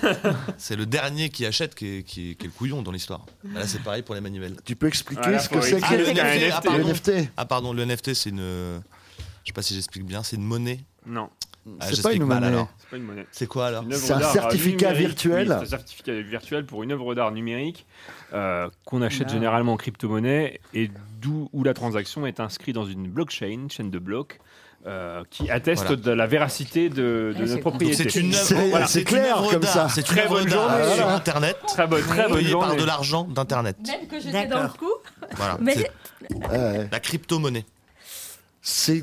E: c'est le dernier qui achète qui est, qui est- qui est le couillon dans l'histoire. Bah, Là, c'est pareil pour les manivelles.
D: Tu peux expliquer ce que c'est que
E: Ah, le
D: le
E: NFT, ah, pardon.
D: Le NFT.
E: Ah pardon, le NFT, c'est une. Je sais pas si j'explique bien, c'est une monnaie.
B: Non.
E: Ah,
D: C'est pas
E: j'explique
D: une
E: mal,
D: monnaie.
E: alors.
B: C'est pas une monnaie.
E: C'est quoi alors
B: Une œuvre
D: C'est un
B: d'art, euh,
D: certificat
B: numérique.
D: virtuel.
B: Oui, c'est un certificat virtuel pour une œuvre d'art numérique euh, qu'on achète
E: Ah.
B: généralement en crypto-monnaie et d'où où la transaction est inscrite dans une blockchain, chaîne de blocs. euh, qui atteste
E: Voilà.
B: de la véracité de, de
E: Ouais,
B: notre
E: c'est-
B: propriété.
E: Donc c'est une œuvre- C'est- voilà, c'est c'est une clair œuvre comme d'art. ça. C'est une
B: Très
E: œuvre
B: bonne
E: d'art euh,
B: journée.
E: sur Internet.
B: Très bonne, très
E: Payé
B: bonne
E: par
B: journée.
E: de l'argent d'internet.
I: Même que j'étais dans le
F: D'accord.
I: coup.
E: Voilà.
I: Mais
E: c'est- La crypto-monnaie.
D: C'est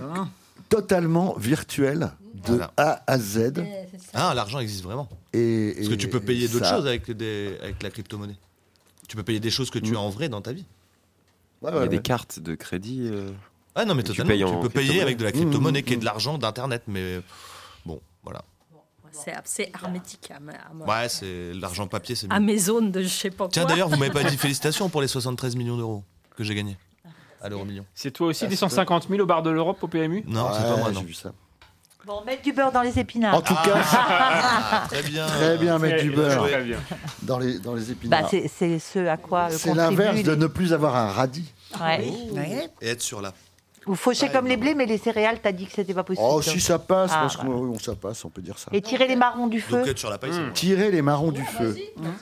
D: totalement virtuel de
E: Voilà.
D: A à Z.
E: Ah, l'argent existe vraiment.
D: Et,
E: Parce que
D: et
E: tu peux payer d'autres
D: ça-
E: choses avec, des, avec la crypto-monnaie. Tu peux payer des choses que tu as en vrai dans ta vie.
D: Ouais,
C: Il y
D: ouais,
C: a des
D: ouais.
C: cartes de crédit. euh,
E: Ah non, mais
C: que
E: totalement. Tu,
C: payes en
E: peux payer
C: crypto-monnaie.
E: avec de la crypto-monnaie qui est de l'argent d'internet. Mais euh, bon, voilà.
I: C'est assez hermétique à, ma- à ma-
E: Ouais, Ah, c'est l'argent papier, c'est
I: à
E: mieux.
I: mes zones de je sais pas quoi.
E: Tiens, d'ailleurs, vous m'avez pas [LAUGHS] dit félicitations pour les 73 millions d'euros que j'ai gagnés. À l'euro million.
B: C'est toi aussi
E: Ah,
B: des
E: c'est toi.
B: 150 000 au bar de l'Europe au PMU
E: Non, c'est pas moi,
D: Ouais,
E: non.
D: j'ai vu ça.
H: Bon, mettre du beurre dans les épinards.
D: En tout cas,
E: Ah, très bien.
D: Très bien, mettre
B: Eh,
D: du beurre
B: Très bien.
D: dans les, dans les épinards.
H: Bah, c'est c'est ce à quoi. euh,
D: C'est
H: contribuent
D: l'inverse de
H: les-
D: ne plus avoir un radis.
H: Ouais.
E: Oh.
F: Ouais.
E: Et être sur la.
H: Ou
E: Ah,
H: faucher comme les blés, mais les céréales, t'as dit que c'était pas possible.
D: Oh, si ça passe,
H: Ah,
D: parce que
H: voilà.
D: oui, on ça passe, on peut dire ça.
H: Et tirer les marrons du feu.
E: Donc être sur la paille, c'est bon.
D: Tirer les marrons du feu.
H: Hein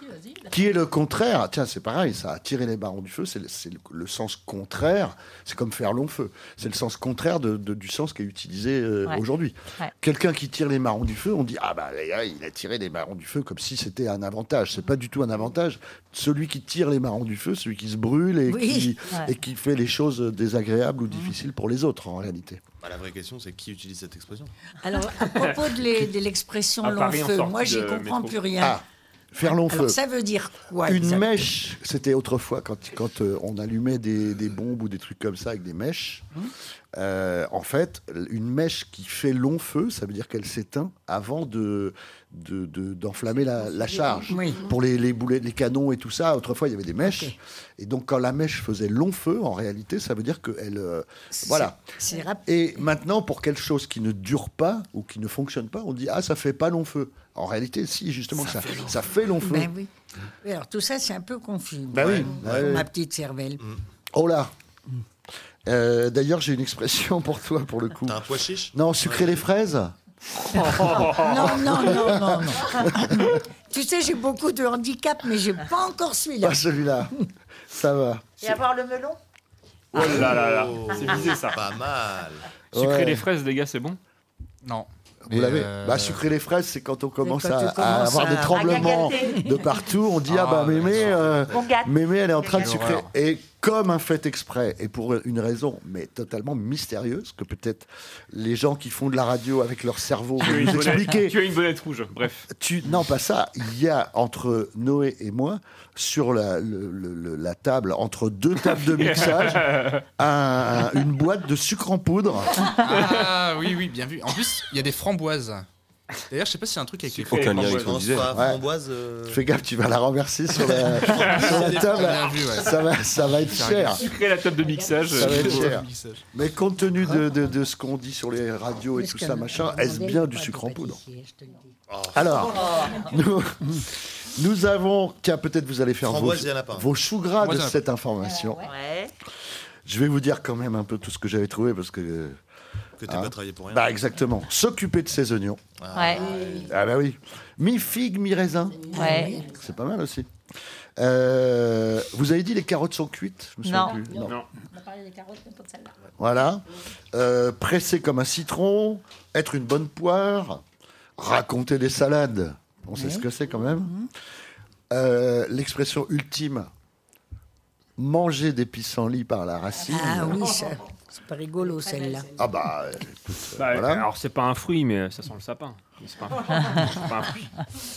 D: Qui est le contraire Tiens, c'est pareil, ça. Tirer les marrons du feu, c'est le, c'est le- le sens contraire. C'est comme faire long feu. C'est le sens contraire de- de- du sens qui est utilisé euh,
H: Ouais.
D: aujourd'hui.
H: Ouais.
D: Quelqu'un qui tire les marrons du feu, on dit Ah, bah, là, il a tiré les marrons du feu comme si c'était un avantage. C'est pas du tout un avantage. Celui qui tire les marrons du feu, celui qui se brûle et,
F: Oui.
D: qui,
H: Ouais. Mmh.
D: et qui fait les choses désagréables ou difficiles pour les autres, en réalité.
E: Bah, la vraie question, c'est qui utilise cette expression
F: Alors, à propos de les- de l'expression
D: À
F: long
D: Paris, en
F: feu,
D: sortie
F: moi, j'y
D: de
F: comprends
D: métro.
F: plus rien.
D: Ah, faire long
F: Alors,
D: feu.
F: ça veut dire quoi
D: Une
F: exactement
D: mèche, c'était autrefois quand, quand euh, on allumait des, des bombes ou des trucs comme ça avec des mèches.
F: Mmh.
D: Euh, en fait, une mèche qui fait long feu, ça veut dire qu'elle s'éteint avant de de- de- d'enflammer la, la charge.
F: Oui.
D: Pour les, les boulets, les canons et tout ça, autrefois il y avait des mèches. Et donc quand la mèche faisait long feu, en réalité, ça veut dire qu'elle euh, voilà.
F: C'est rapide.
D: Et maintenant, pour quelque chose qui ne dure pas ou qui ne fonctionne pas, on dit ah ça fait pas long feu. En réalité, si justement ça, ça fait long, feu.
F: Ben oui. Oui, Alors, tout ça, c'est un peu confus.
D: Ben oui,
F: Moi, hein,
D: ouais.
F: Ma petite cervelle.
D: Oh là Euh, D'ailleurs, j'ai une expression pour toi, pour le coup.
E: T'as un pois chiche
D: Non, sucrer les fraises
F: Non, non, non, non, non. [LAUGHS] tu sais, j'ai beaucoup de handicaps, mais j'ai pas encore celui-là.
D: Pas Ah,
F: [LAUGHS]
D: celui-là. Ça va.
H: Et avoir le melon
B: Oh là là là, c'est visé ça.
E: Pas mal.
B: Sucrer
D: Ouais.
B: les fraises, les gars, c'est bon
K: Non.
D: Vous l'avez
K: euh,
D: Bah, sucrer les fraises, c'est quand on commence
F: quand tu
D: à, à
F: commences
D: avoir
F: à-
D: des
F: à
D: tremblements
H: gagater.
D: de partout. On dit, ah,
K: Ah,
D: bah, mémé, euh,
H: On gâte.
D: mémé, elle est en train de
K: Quelle
D: sucrer.
K: horreur.
D: Et comme un fait exprès et pour une raison mais totalement mystérieuse que peut-être les gens qui font de la radio avec leur cerveau
B: Tu as
D: vont
B: une
D: nous
B: bonnette-
D: expliquer.
B: tu as une bonnette rouge, bref.
D: Tu, non, pas ça. Il y a entre Noé et moi, sur la, le- le- le- la table, entre deux tables de mixage, un- une boîte de sucre en poudre.
K: Ah oui, oui, bien vu. En plus, il y a des framboises. D'ailleurs, je sais pas si c'est un truc avec les
D: Sucré, Aucun lien avec ce qu'on disait.
E: Fra-
D: Ouais.
E: Ah, framboise, euh,
D: Fais gaffe, tu vas la renverser sur la, sur la table.
E: Bien vu, ouais.
D: ça, va, ça va être cher.
B: Sucrer la table de mixage.
D: Ça va
B: euh,
D: être
B: pour-
D: cher. Mais compte tenu de, de- de ce qu'on dit sur les radios et tout ça, machin, est-ce bien du sucre en poudre
E: Ah,
D: Alors, nous, nous avons, tiens, peut-être vous allez faire vos,
E: Framboise, il y en a pas.
D: vos choux gras de
E: Framboise, il y en a
D: cette
E: pas.
D: information. Je vais vous dire quand même un peu tout ce que j'avais trouvé parce que.
E: Que t'as pas travaillé pour rien.
D: Bah, exactement. S'occuper de ses oignons.
E: Ah.
D: Ah bah oui. Mi-figue, mi-raisin.
H: Ouais.
D: C'est pas mal aussi. Euh, vous avez dit les carottes sont cuites Je me souviens
I: Non.
D: plus.
I: On a parlé des carottes, mais pas de celle-là.
D: Voilà. Euh, presser comme un citron, être une bonne poire, raconter des salades. On sait
L: Ouais.
D: ce que c'est quand même.
I: Mhm.
D: Euh, L'expression ultime, manger des pissenlits par la racine.
F: Ah
O: Mmh. [LAUGHS]
F: oui, ça, c'est pas rigolo celle-là.
D: Ah bah, euh, écoute, euh,
B: Bah,
D: voilà.
B: Alors, c'est pas un fruit, mais euh, ça sent le sapin. Mais C'est pas un fruit. C'est pas un [LAUGHS] fruit.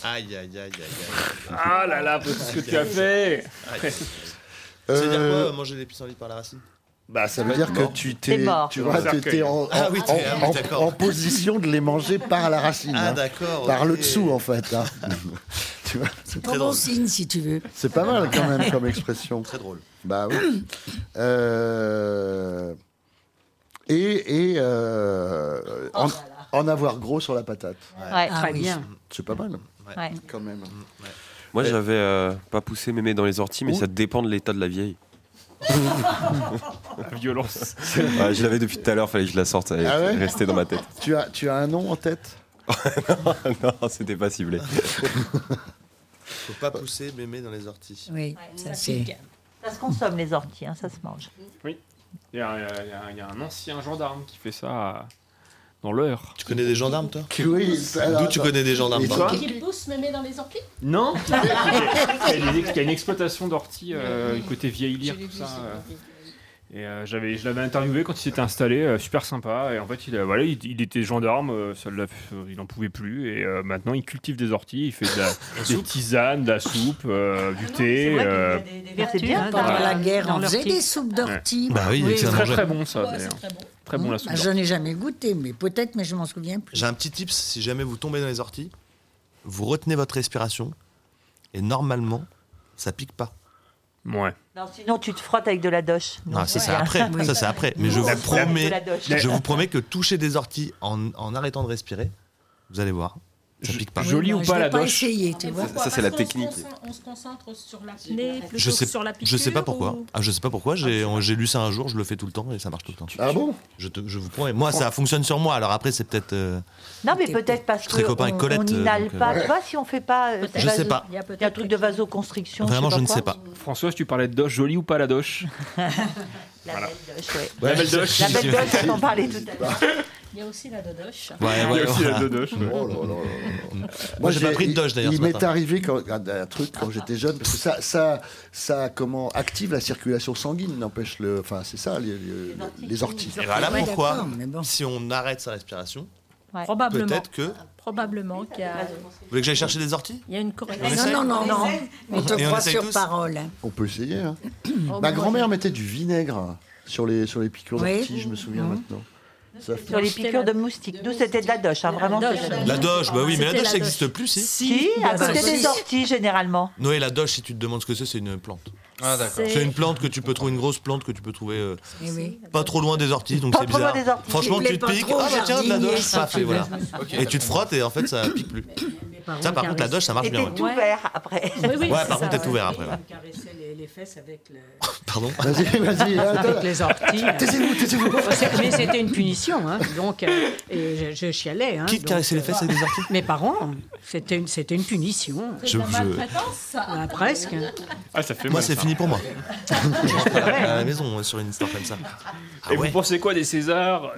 E: Aïe, aïe, aïe, aïe, aïe.
B: Ah là là, parce que tu as fait.
E: Aïe, aïe, aïe. Ça veut dire
D: Euh,
E: quoi, manger des pissenlits par la racine
D: Bah, ça veut dire que tu
E: T'es
D: t'es,
E: mort.
D: tu vois,
E: Dans un
D: t'étais en, en,
E: cercueil. Ah oui, t'es- ah oui,
D: en- en-
E: d'accord.
D: en position de les manger par la racine,
E: Ah,
D: hein.
E: d'accord,
D: par le
E: ok.
D: dessous en fait.
H: [LAUGHS]
D: hein. tu vois,
F: C'est pas bon signe si tu veux.
D: C'est pas mal quand même comme expression.
E: Très drôle.
D: Bah oui. Euh, Et, et euh,
H: Oh
D: en, en avoir gros sur la patate.
H: Ouais, Ah très oui. bien.
D: C'est pas mal.
H: Ouais.
D: Quand même.
C: Moi, j'avais euh, pas poussé mémé dans les orties, mais ça dépend de l'état de la vieille.
B: La violence.
C: Ouais, je l'avais depuis tout à l'heure, fallait que je la sorte, elle
D: Ah ouais
C: est restée dans ma tête.
D: Tu as, tu as un nom en tête
C: [LAUGHS] non, c'était pas ciblé.
E: Faut pas pousser mémé dans les orties.
F: Oui,
H: ça, c'est- Ça se consomme les orties, hein, ça se mange.
B: Oui. Il y, a- il y a- il y a un ancien gendarme qui fait ça à- dans l'heure.
E: Tu connais des gendarmes, toi
D: Oui,
E: D'où tu connais des gendarmes
B: Et toi
E: pardon
O: Qu'il pousse, mémé dans les orties
B: Non [LAUGHS] Il y a- il y a des- il y a une exploitation d'ortie euh, du côté vieille lire, tout ça. euh. Et euh, j'avais, je l'avais interviewé quand il s'était installé, euh, super sympa. Et en fait, il, a- voilà, il, il était gendarme, euh, ça l'a- euh, il n'en pouvait plus. Et euh, maintenant, il cultive des orties, il fait
E: [LAUGHS]
B: de la, des tisanes, de la soupe, euh, du thé. euh,
F: C'est bien, pendant la guerre, on faisait des soupes d'orties.
B: Ouais. Bah oui, c'est très très bon ça. d'ailleurs. Très bon la soupe.
F: Ah, J'en ai jamais goûté, mais peut-être, mais je m'en souviens plus.
E: J'ai un petit tips, si jamais vous tombez dans les orties, vous retenez votre respiration et normalement, ça pique pas.
B: Ouais.
H: Non, sinon, tu te frottes avec de la doche.
E: Non, Ah, ça c'est après, ça c'est après. Mais je
H: Nous, on
E: vous
H: se frotte avec de
E: promets,
H: la doche.
E: je vous promets que toucher des orties en, en arrêtant de respirer, vous allez voir, ça pique pas.
B: joli
F: ou Je pas, vais la pas doche essayer, tu vois.
E: Ça, c'est la
O: Parce qu'on se
E: technique.
O: concentre- On se concentre sur l'apnée, plutôt
E: Je sais,
O: que sur la piqûre.
E: je sais pas pourquoi.
O: ou-
E: Ah, je sais pas pourquoi. J'ai on- j'ai lu ça un jour, je le fais tout le temps et ça marche tout le temps.
D: Ah bon
E: je, te- je vous promets. Moi, ça fonctionne sur moi. Alors après, c'est peut-être. euh,
H: Non, mais peut-être parce
E: Je serais
H: que
E: copain avec
H: on-
E: Colette,
H: on
E: euh,
H: n'inhale
E: donc, euh,
H: pas.
E: ouais.
H: Tu vois, si on fait pas. euh,
E: Je sais pas.
H: Il y a peut-être un truc de vasoconstriction.
E: Vraiment, je ne sais
H: quoi.
E: pas.
B: Françoise, tu parlais de doche, jolie ou pas la doche
H: La
B: Voilà.
H: belle doche, ouais.
B: La belle doche.
H: La belle doche, on en parlait tout à
D: Bah,
H: l'heure.
O: Il y a aussi la dodoche.
E: Ouais, ouais, voilà.
D: Oh là là là là là. Moi,
E: j'ai pas pris de doge, d'ailleurs,
D: Il
E: ce
D: m'est
E: matin.
D: arrivé quand, un, un truc quand j'étais jeune, parce que ça, ça, ça comment, active la circulation sanguine, n'empêche le. Enfin, c'est ça, les, les- les orties.
E: Et voilà pourquoi, si on arrête sa respiration,
O: Probablement.
E: peut-être que. Vous
O: Probablement qu'il y a,
E: voulez que j'aille chercher des orties
O: il y a une corrélation.
E: essaye
F: Non, non, non, non. On te
E: Et on
F: croit
E: essaye
F: sur
E: tous
F: parole. hein.
D: On peut essayer. hein.
F: Oh,
D: Ma
F: bon,
D: grand-mère mettait du vinaigre sur les, sur les piqûres
F: Oui.
D: d'orties, je me souviens
F: Mhm.
D: maintenant. Ça-
H: Sur les piqûres de moustiques. Nous, c'était de la doche, hein, vraiment. c'était de
E: La doche, bah oui, mais la
H: C'était
E: doche, ça n'existe plus, si
H: Si, à côté des orties, généralement.
E: Noé, la doche, si tu te demandes ce que c'est, c'est une plante.
K: Ah, d'accord.
E: C'est une plante que tu peux trouver, une grosse plante que tu peux trouver euh,
F: Eh oui.
E: pas trop loin des orties, donc
F: Pas
E: c'est
F: trop
E: bizarre.
F: loin des orties.
E: Franchement,
F: Il plaît
E: tu te
F: pas
E: piques,
F: trop
E: ah bah tiens, de la
F: jardinier,
E: doche,
F: si
E: paf,
F: tu
E: et
F: veux.
E: voilà.
F: Ok,
E: Et tu te frottes et en
F: [LAUGHS]
E: fait, ça pique plus. Ça, par contre, la doche, ça marche bien.
H: Et t'es
E: ouais.
H: ouvert après.
E: Ouais, par contre, t'es ouvert après. ouais.
O: Caresser les, les fesses avec le.
E: Pardon
D: Vas-y, [LAUGHS] vas-y.
O: [LAUGHS] Avec les orties. euh.
D: Taisez-vous, taisez-vous.
O: C'est- Mais c'était une punition, hein. donc euh, et je, je chialais. Hein,
E: Qui te
O: donc,
E: caressait les fesses avec des orties
O: Mes parents, c'était une, c'était une punition.
E: Je- je-
O: Ah, presque.
B: Ah, ça fait
E: Moi,
B: mal,
E: c'est
B: ça.
E: fini pour moi. Je rentre [LAUGHS]
F: hein.
E: à la maison moi, sur une histoire comme ça. Ah
B: Et vous
E: ouais
B: pensez quoi des Césars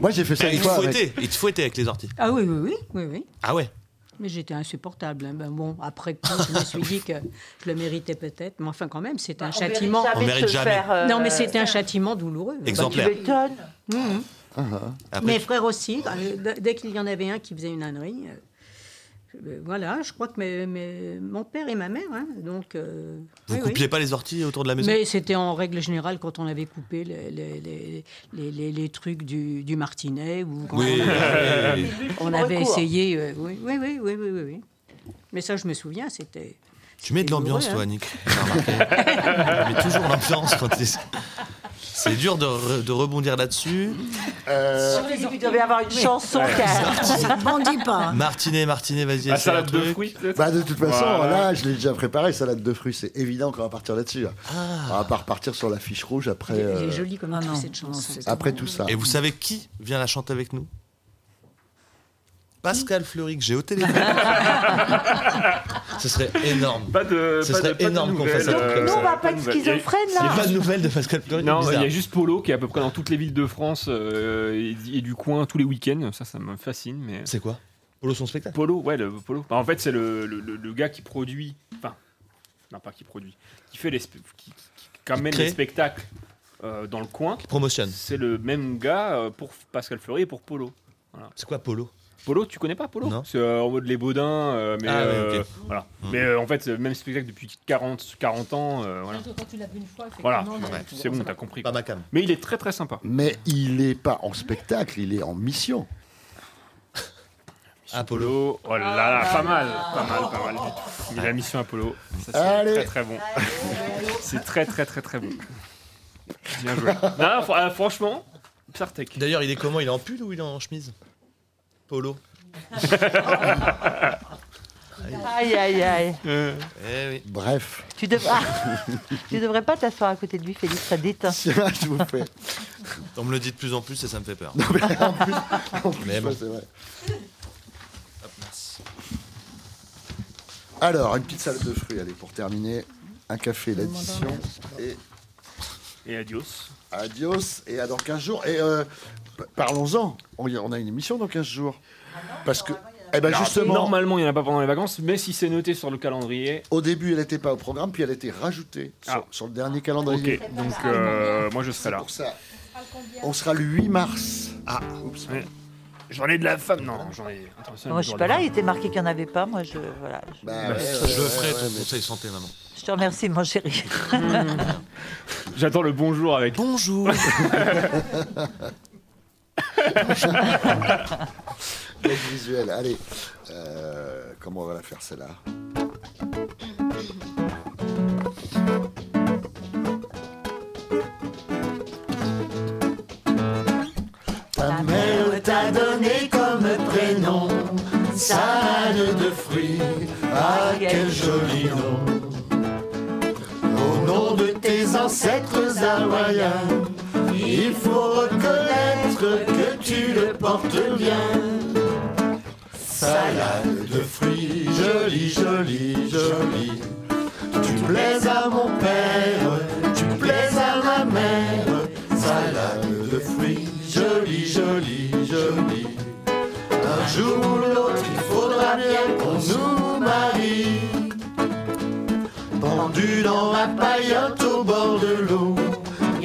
D: Moi, j'ai fait ça
E: Eh,
D: une
E: Il te
D: fois
E: fouettait,
D: avec-
E: Ah, Ben, il te fouettait avec les orties.
O: Ah oui, oui, oui, oui, oui.
E: Ah ouais
O: Mais j'étais insupportable. hein. Ben bon, après coup, je me suis dit que je le méritais peut-être, mais enfin quand même, c'est un
N: Bah, on mérite
O: châtiment.
N: jamais On de mérite se jamais. faire, euh,
O: non, mais c'était un châtiment douloureux.
E: Exemplaire. Tu
O: m'étonnes.
E: Après,
O: Mes frères aussi, quand- euh, d- dès qu'il y en avait un qui faisait une ânerie, euh, euh, voilà, je crois que mes- mes- mon père et ma mère, hein, donc. euh,
E: Vous
O: oui, oui.
E: coupiez pas les orties autour de la maison
O: Mais c'était en règle générale quand on avait coupé les, les- les- les- les- les trucs du, du martinet ou quand
E: Oui.
O: on
D: [LAUGHS]
O: avait, on avait
N: Recours.
O: essayé. euh, oui, oui, oui, oui, oui, oui, oui. Mais ça, je me souviens, c'était.
E: Tu mets de l'ambiance, toi,
O: douloureux, hein.
E: Annick. J'ai remarqué. Tu mets toujours l'ambiance quand t'es- C'est dur de, re- de rebondir là-dessus.
H: Vous devez avoir une chanson.
E: Ouais.
O: [LAUGHS]
H: car-
F: Bondis
O: hein.
F: pas.
E: Martinet, Martinet, vas-y.
B: La
E: essaie un
B: salade de
E: truc.
B: fruits, peut-être
D: Bah, de toute façon,
B: Voilà.
D: là, je l'ai déjà préparé, salade de fruits, c'est évident qu'on va partir là-dessus. hein.
E: Ah.
D: On va pas repartir sur la fiche rouge après.
O: Elle
D: euh,
O: est jolie comme tout,
F: non,
O: cette chanson.
D: Après tout ça.
E: Et vous savez qui vient la chanter avec nous Pascal Fleury, que j'ai au téléphone. [LAUGHS] Ce serait énorme.
B: Pas de.
E: Ce
B: pas
E: serait
B: de- pas de
E: énorme qu'on fasse
B: nouvelles,
E: un truc comme
B: euh,
E: ça.
H: on va pas être
B: de nouvelles. Il y a eu-
H: schizophrène, là.
B: il y a
E: Pas
B: juste-
E: de nouvelles de Pascal Fleury.
B: Non, il
E: bizarre.
B: y a juste Polo qui est à peu près dans toutes les villes de France euh, et, et du coin tous les week-ends. Ça, ça me fascine. Mais
E: C'est quoi Polo son spectacle
B: Polo, ouais, le Polo. Bah, en fait, c'est le, le- le- le gars qui produit, enfin, non pas qui produit, qui fait les, spe- qui, qui- qui amène
E: crée.
B: les spectacles euh, dans le coin.
E: Promotion.
B: C'est le même gars euh, pour Pascal Fleury et pour Polo. Voilà.
E: C'est quoi Polo
B: Polo, tu connais pas Polo
E: Non.
B: C'est euh, en mode les Baudins, euh, mais
E: Ah, ouais,
B: euh,
E: ok.
B: voilà.
E: Mm.
B: Mais euh, en fait, c'est le même spectacle depuis 40, 40 ans. euh, voilà.
I: Quand tu l'as vu une fois,
B: Voilà,
I: effectivement,
B: Ouais.
I: tu-
B: c'est bon, t'as compris.
E: Pas ma cam.
B: Mais il est très très sympa.
D: Mais il est pas en spectacle, il est en mission.
E: Ah,
B: Apollo, oh là là,
H: Ah.
B: pas mal, pas mal, pas mal. Il a la mission Apollo, ça c'est
D: Ah. Allez.
B: très très bon. C'est très très très très bon. Bien joué. Non, fr- euh, franchement, Sartek.
E: D'ailleurs, il est comment Il est en pull ou il est en chemise Polo.
H: Aïe, aïe, aïe.
E: Eh oui.
D: Bref. [LAUGHS]
H: Tu,
B: [LAUGHS]
H: devrais Ah, tu devrais pas t'asseoir à côté de lui, Félix, ça déteint.
D: Je vous fais.
E: On me le dit de plus en plus et ça me fait peur.
D: Mais
E: Mais bon.
D: c'est vrai. Alors, une petite salade de fruits, allez, pour terminer. Un café, l'addition. Et
B: Et adios.
D: Bah, adios, et à dans 15 jours. Et euh, p- parlons-en. On, y a- on a une émission dans 15 jours. Parce que. Eh ben
B: Non,
D: justement,
B: Normalement, il n'y en a pas pendant les vacances, mais si c'est noté sur le calendrier.
D: au début, elle n'était pas au programme, puis elle a été rajoutée sur,
B: Ah.
D: sur le dernier calendrier. Ah.
B: Ok, donc euh, moi je serai là.
D: Pour ça, on sera le 8 mars. Ah, oups.
B: Ouais. J'en ai de la femme. Non, j'en ai.
H: Moi, je suis pas là, il était marqué qu'il n'y en avait pas. Moi, je, voilà, je,
D: Bah, ouais,
E: Je
D: ouais,
E: le
D: ouais, ouais,
E: ferai ton
D: mais-
E: conseil santé, maman.
H: je te remercie, mon chéri.
B: J'attends le bonjour avec.
E: Bonjour.
D: L'aide visuelle, allez. Euh, comment on va la faire celle-là
L: Ta mère t'a donné comme prénom Salade de fruits, ah quel joli nom Au nom de tes ancêtres hawaïens Il faut reconnaître que tu le portes bien Salade de fruits, jolie, jolie, jolie Tu plaises à mon père, tu plaises à ma mère Salade de fruits, jolie, jolie, jolie. Un jour ou l'autre, il faudra bien qu'on nous marie. Pendu dans ma paillote au bord de l'eau, il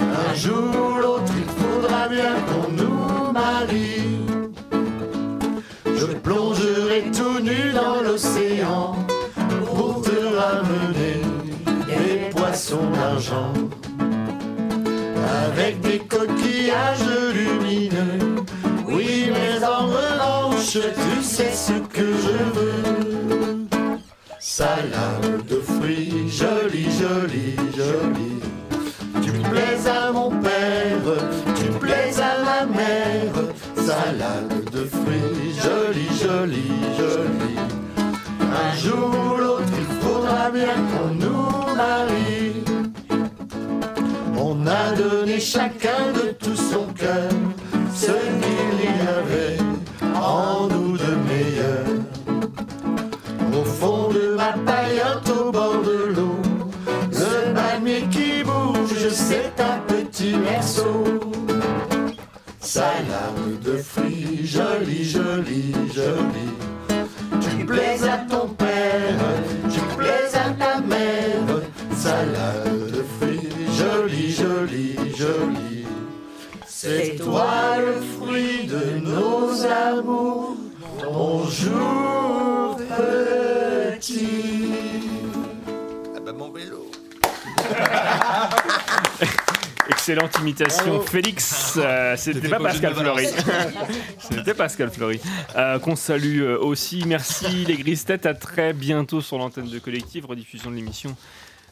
L: Un jour ou l'autre, il faudra bien qu'on nous marie. Je plongerai tout nu dans l'océan pour te ramener des poissons d'argent avec des coquillages lumineux. Oui, mais en revanche, tu sais ce que je veux. Salade de fruits, jolie, jolie, jolie. Tu plaises à mon père, tu plaises à ma mère. Salade de fruits, jolie, jolie, jolie. Un jour ou l'autre, il faudra bien qu'on nous marie. On a donné chacun de tout son cœur ce qu'il y avait en nous de meilleur. Au fond de ma paillote, au bord de l'eau, le palmier qui bouge, c'est un petit berceau. Salade de fruits, jolie, jolie, jolie. Tu plais à ton père, tu plais à ta mère. Salade de fruits, jolie, jolie, jolie. C'est toi le fruit de nos amours. Bonjour petit.
E: Ah bah mon vélo.
B: Excellente imitation,
E: Bravo.
B: Félix. Euh, C'était
E: C'était
B: pas
E: pas obligé de
B: Pascal
E: me
B: Fleury.
E: balancer.
B: [LAUGHS] C'était Pascal Fleury. Euh, Qu'on salue euh, aussi. Merci les grises têtes. À très bientôt sur l'antenne de Collectif. Rediffusion de l'émission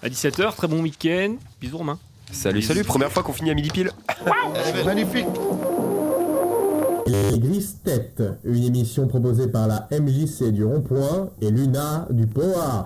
B: à 17h. Très bon week-end. Bisous Romain.
C: Salut, salut, première fois qu'on finit à midi pile.
D: Magnifique.
A: Les Grises Têtes, une émission proposée par la MJC du Rond-Point et Luna du POA.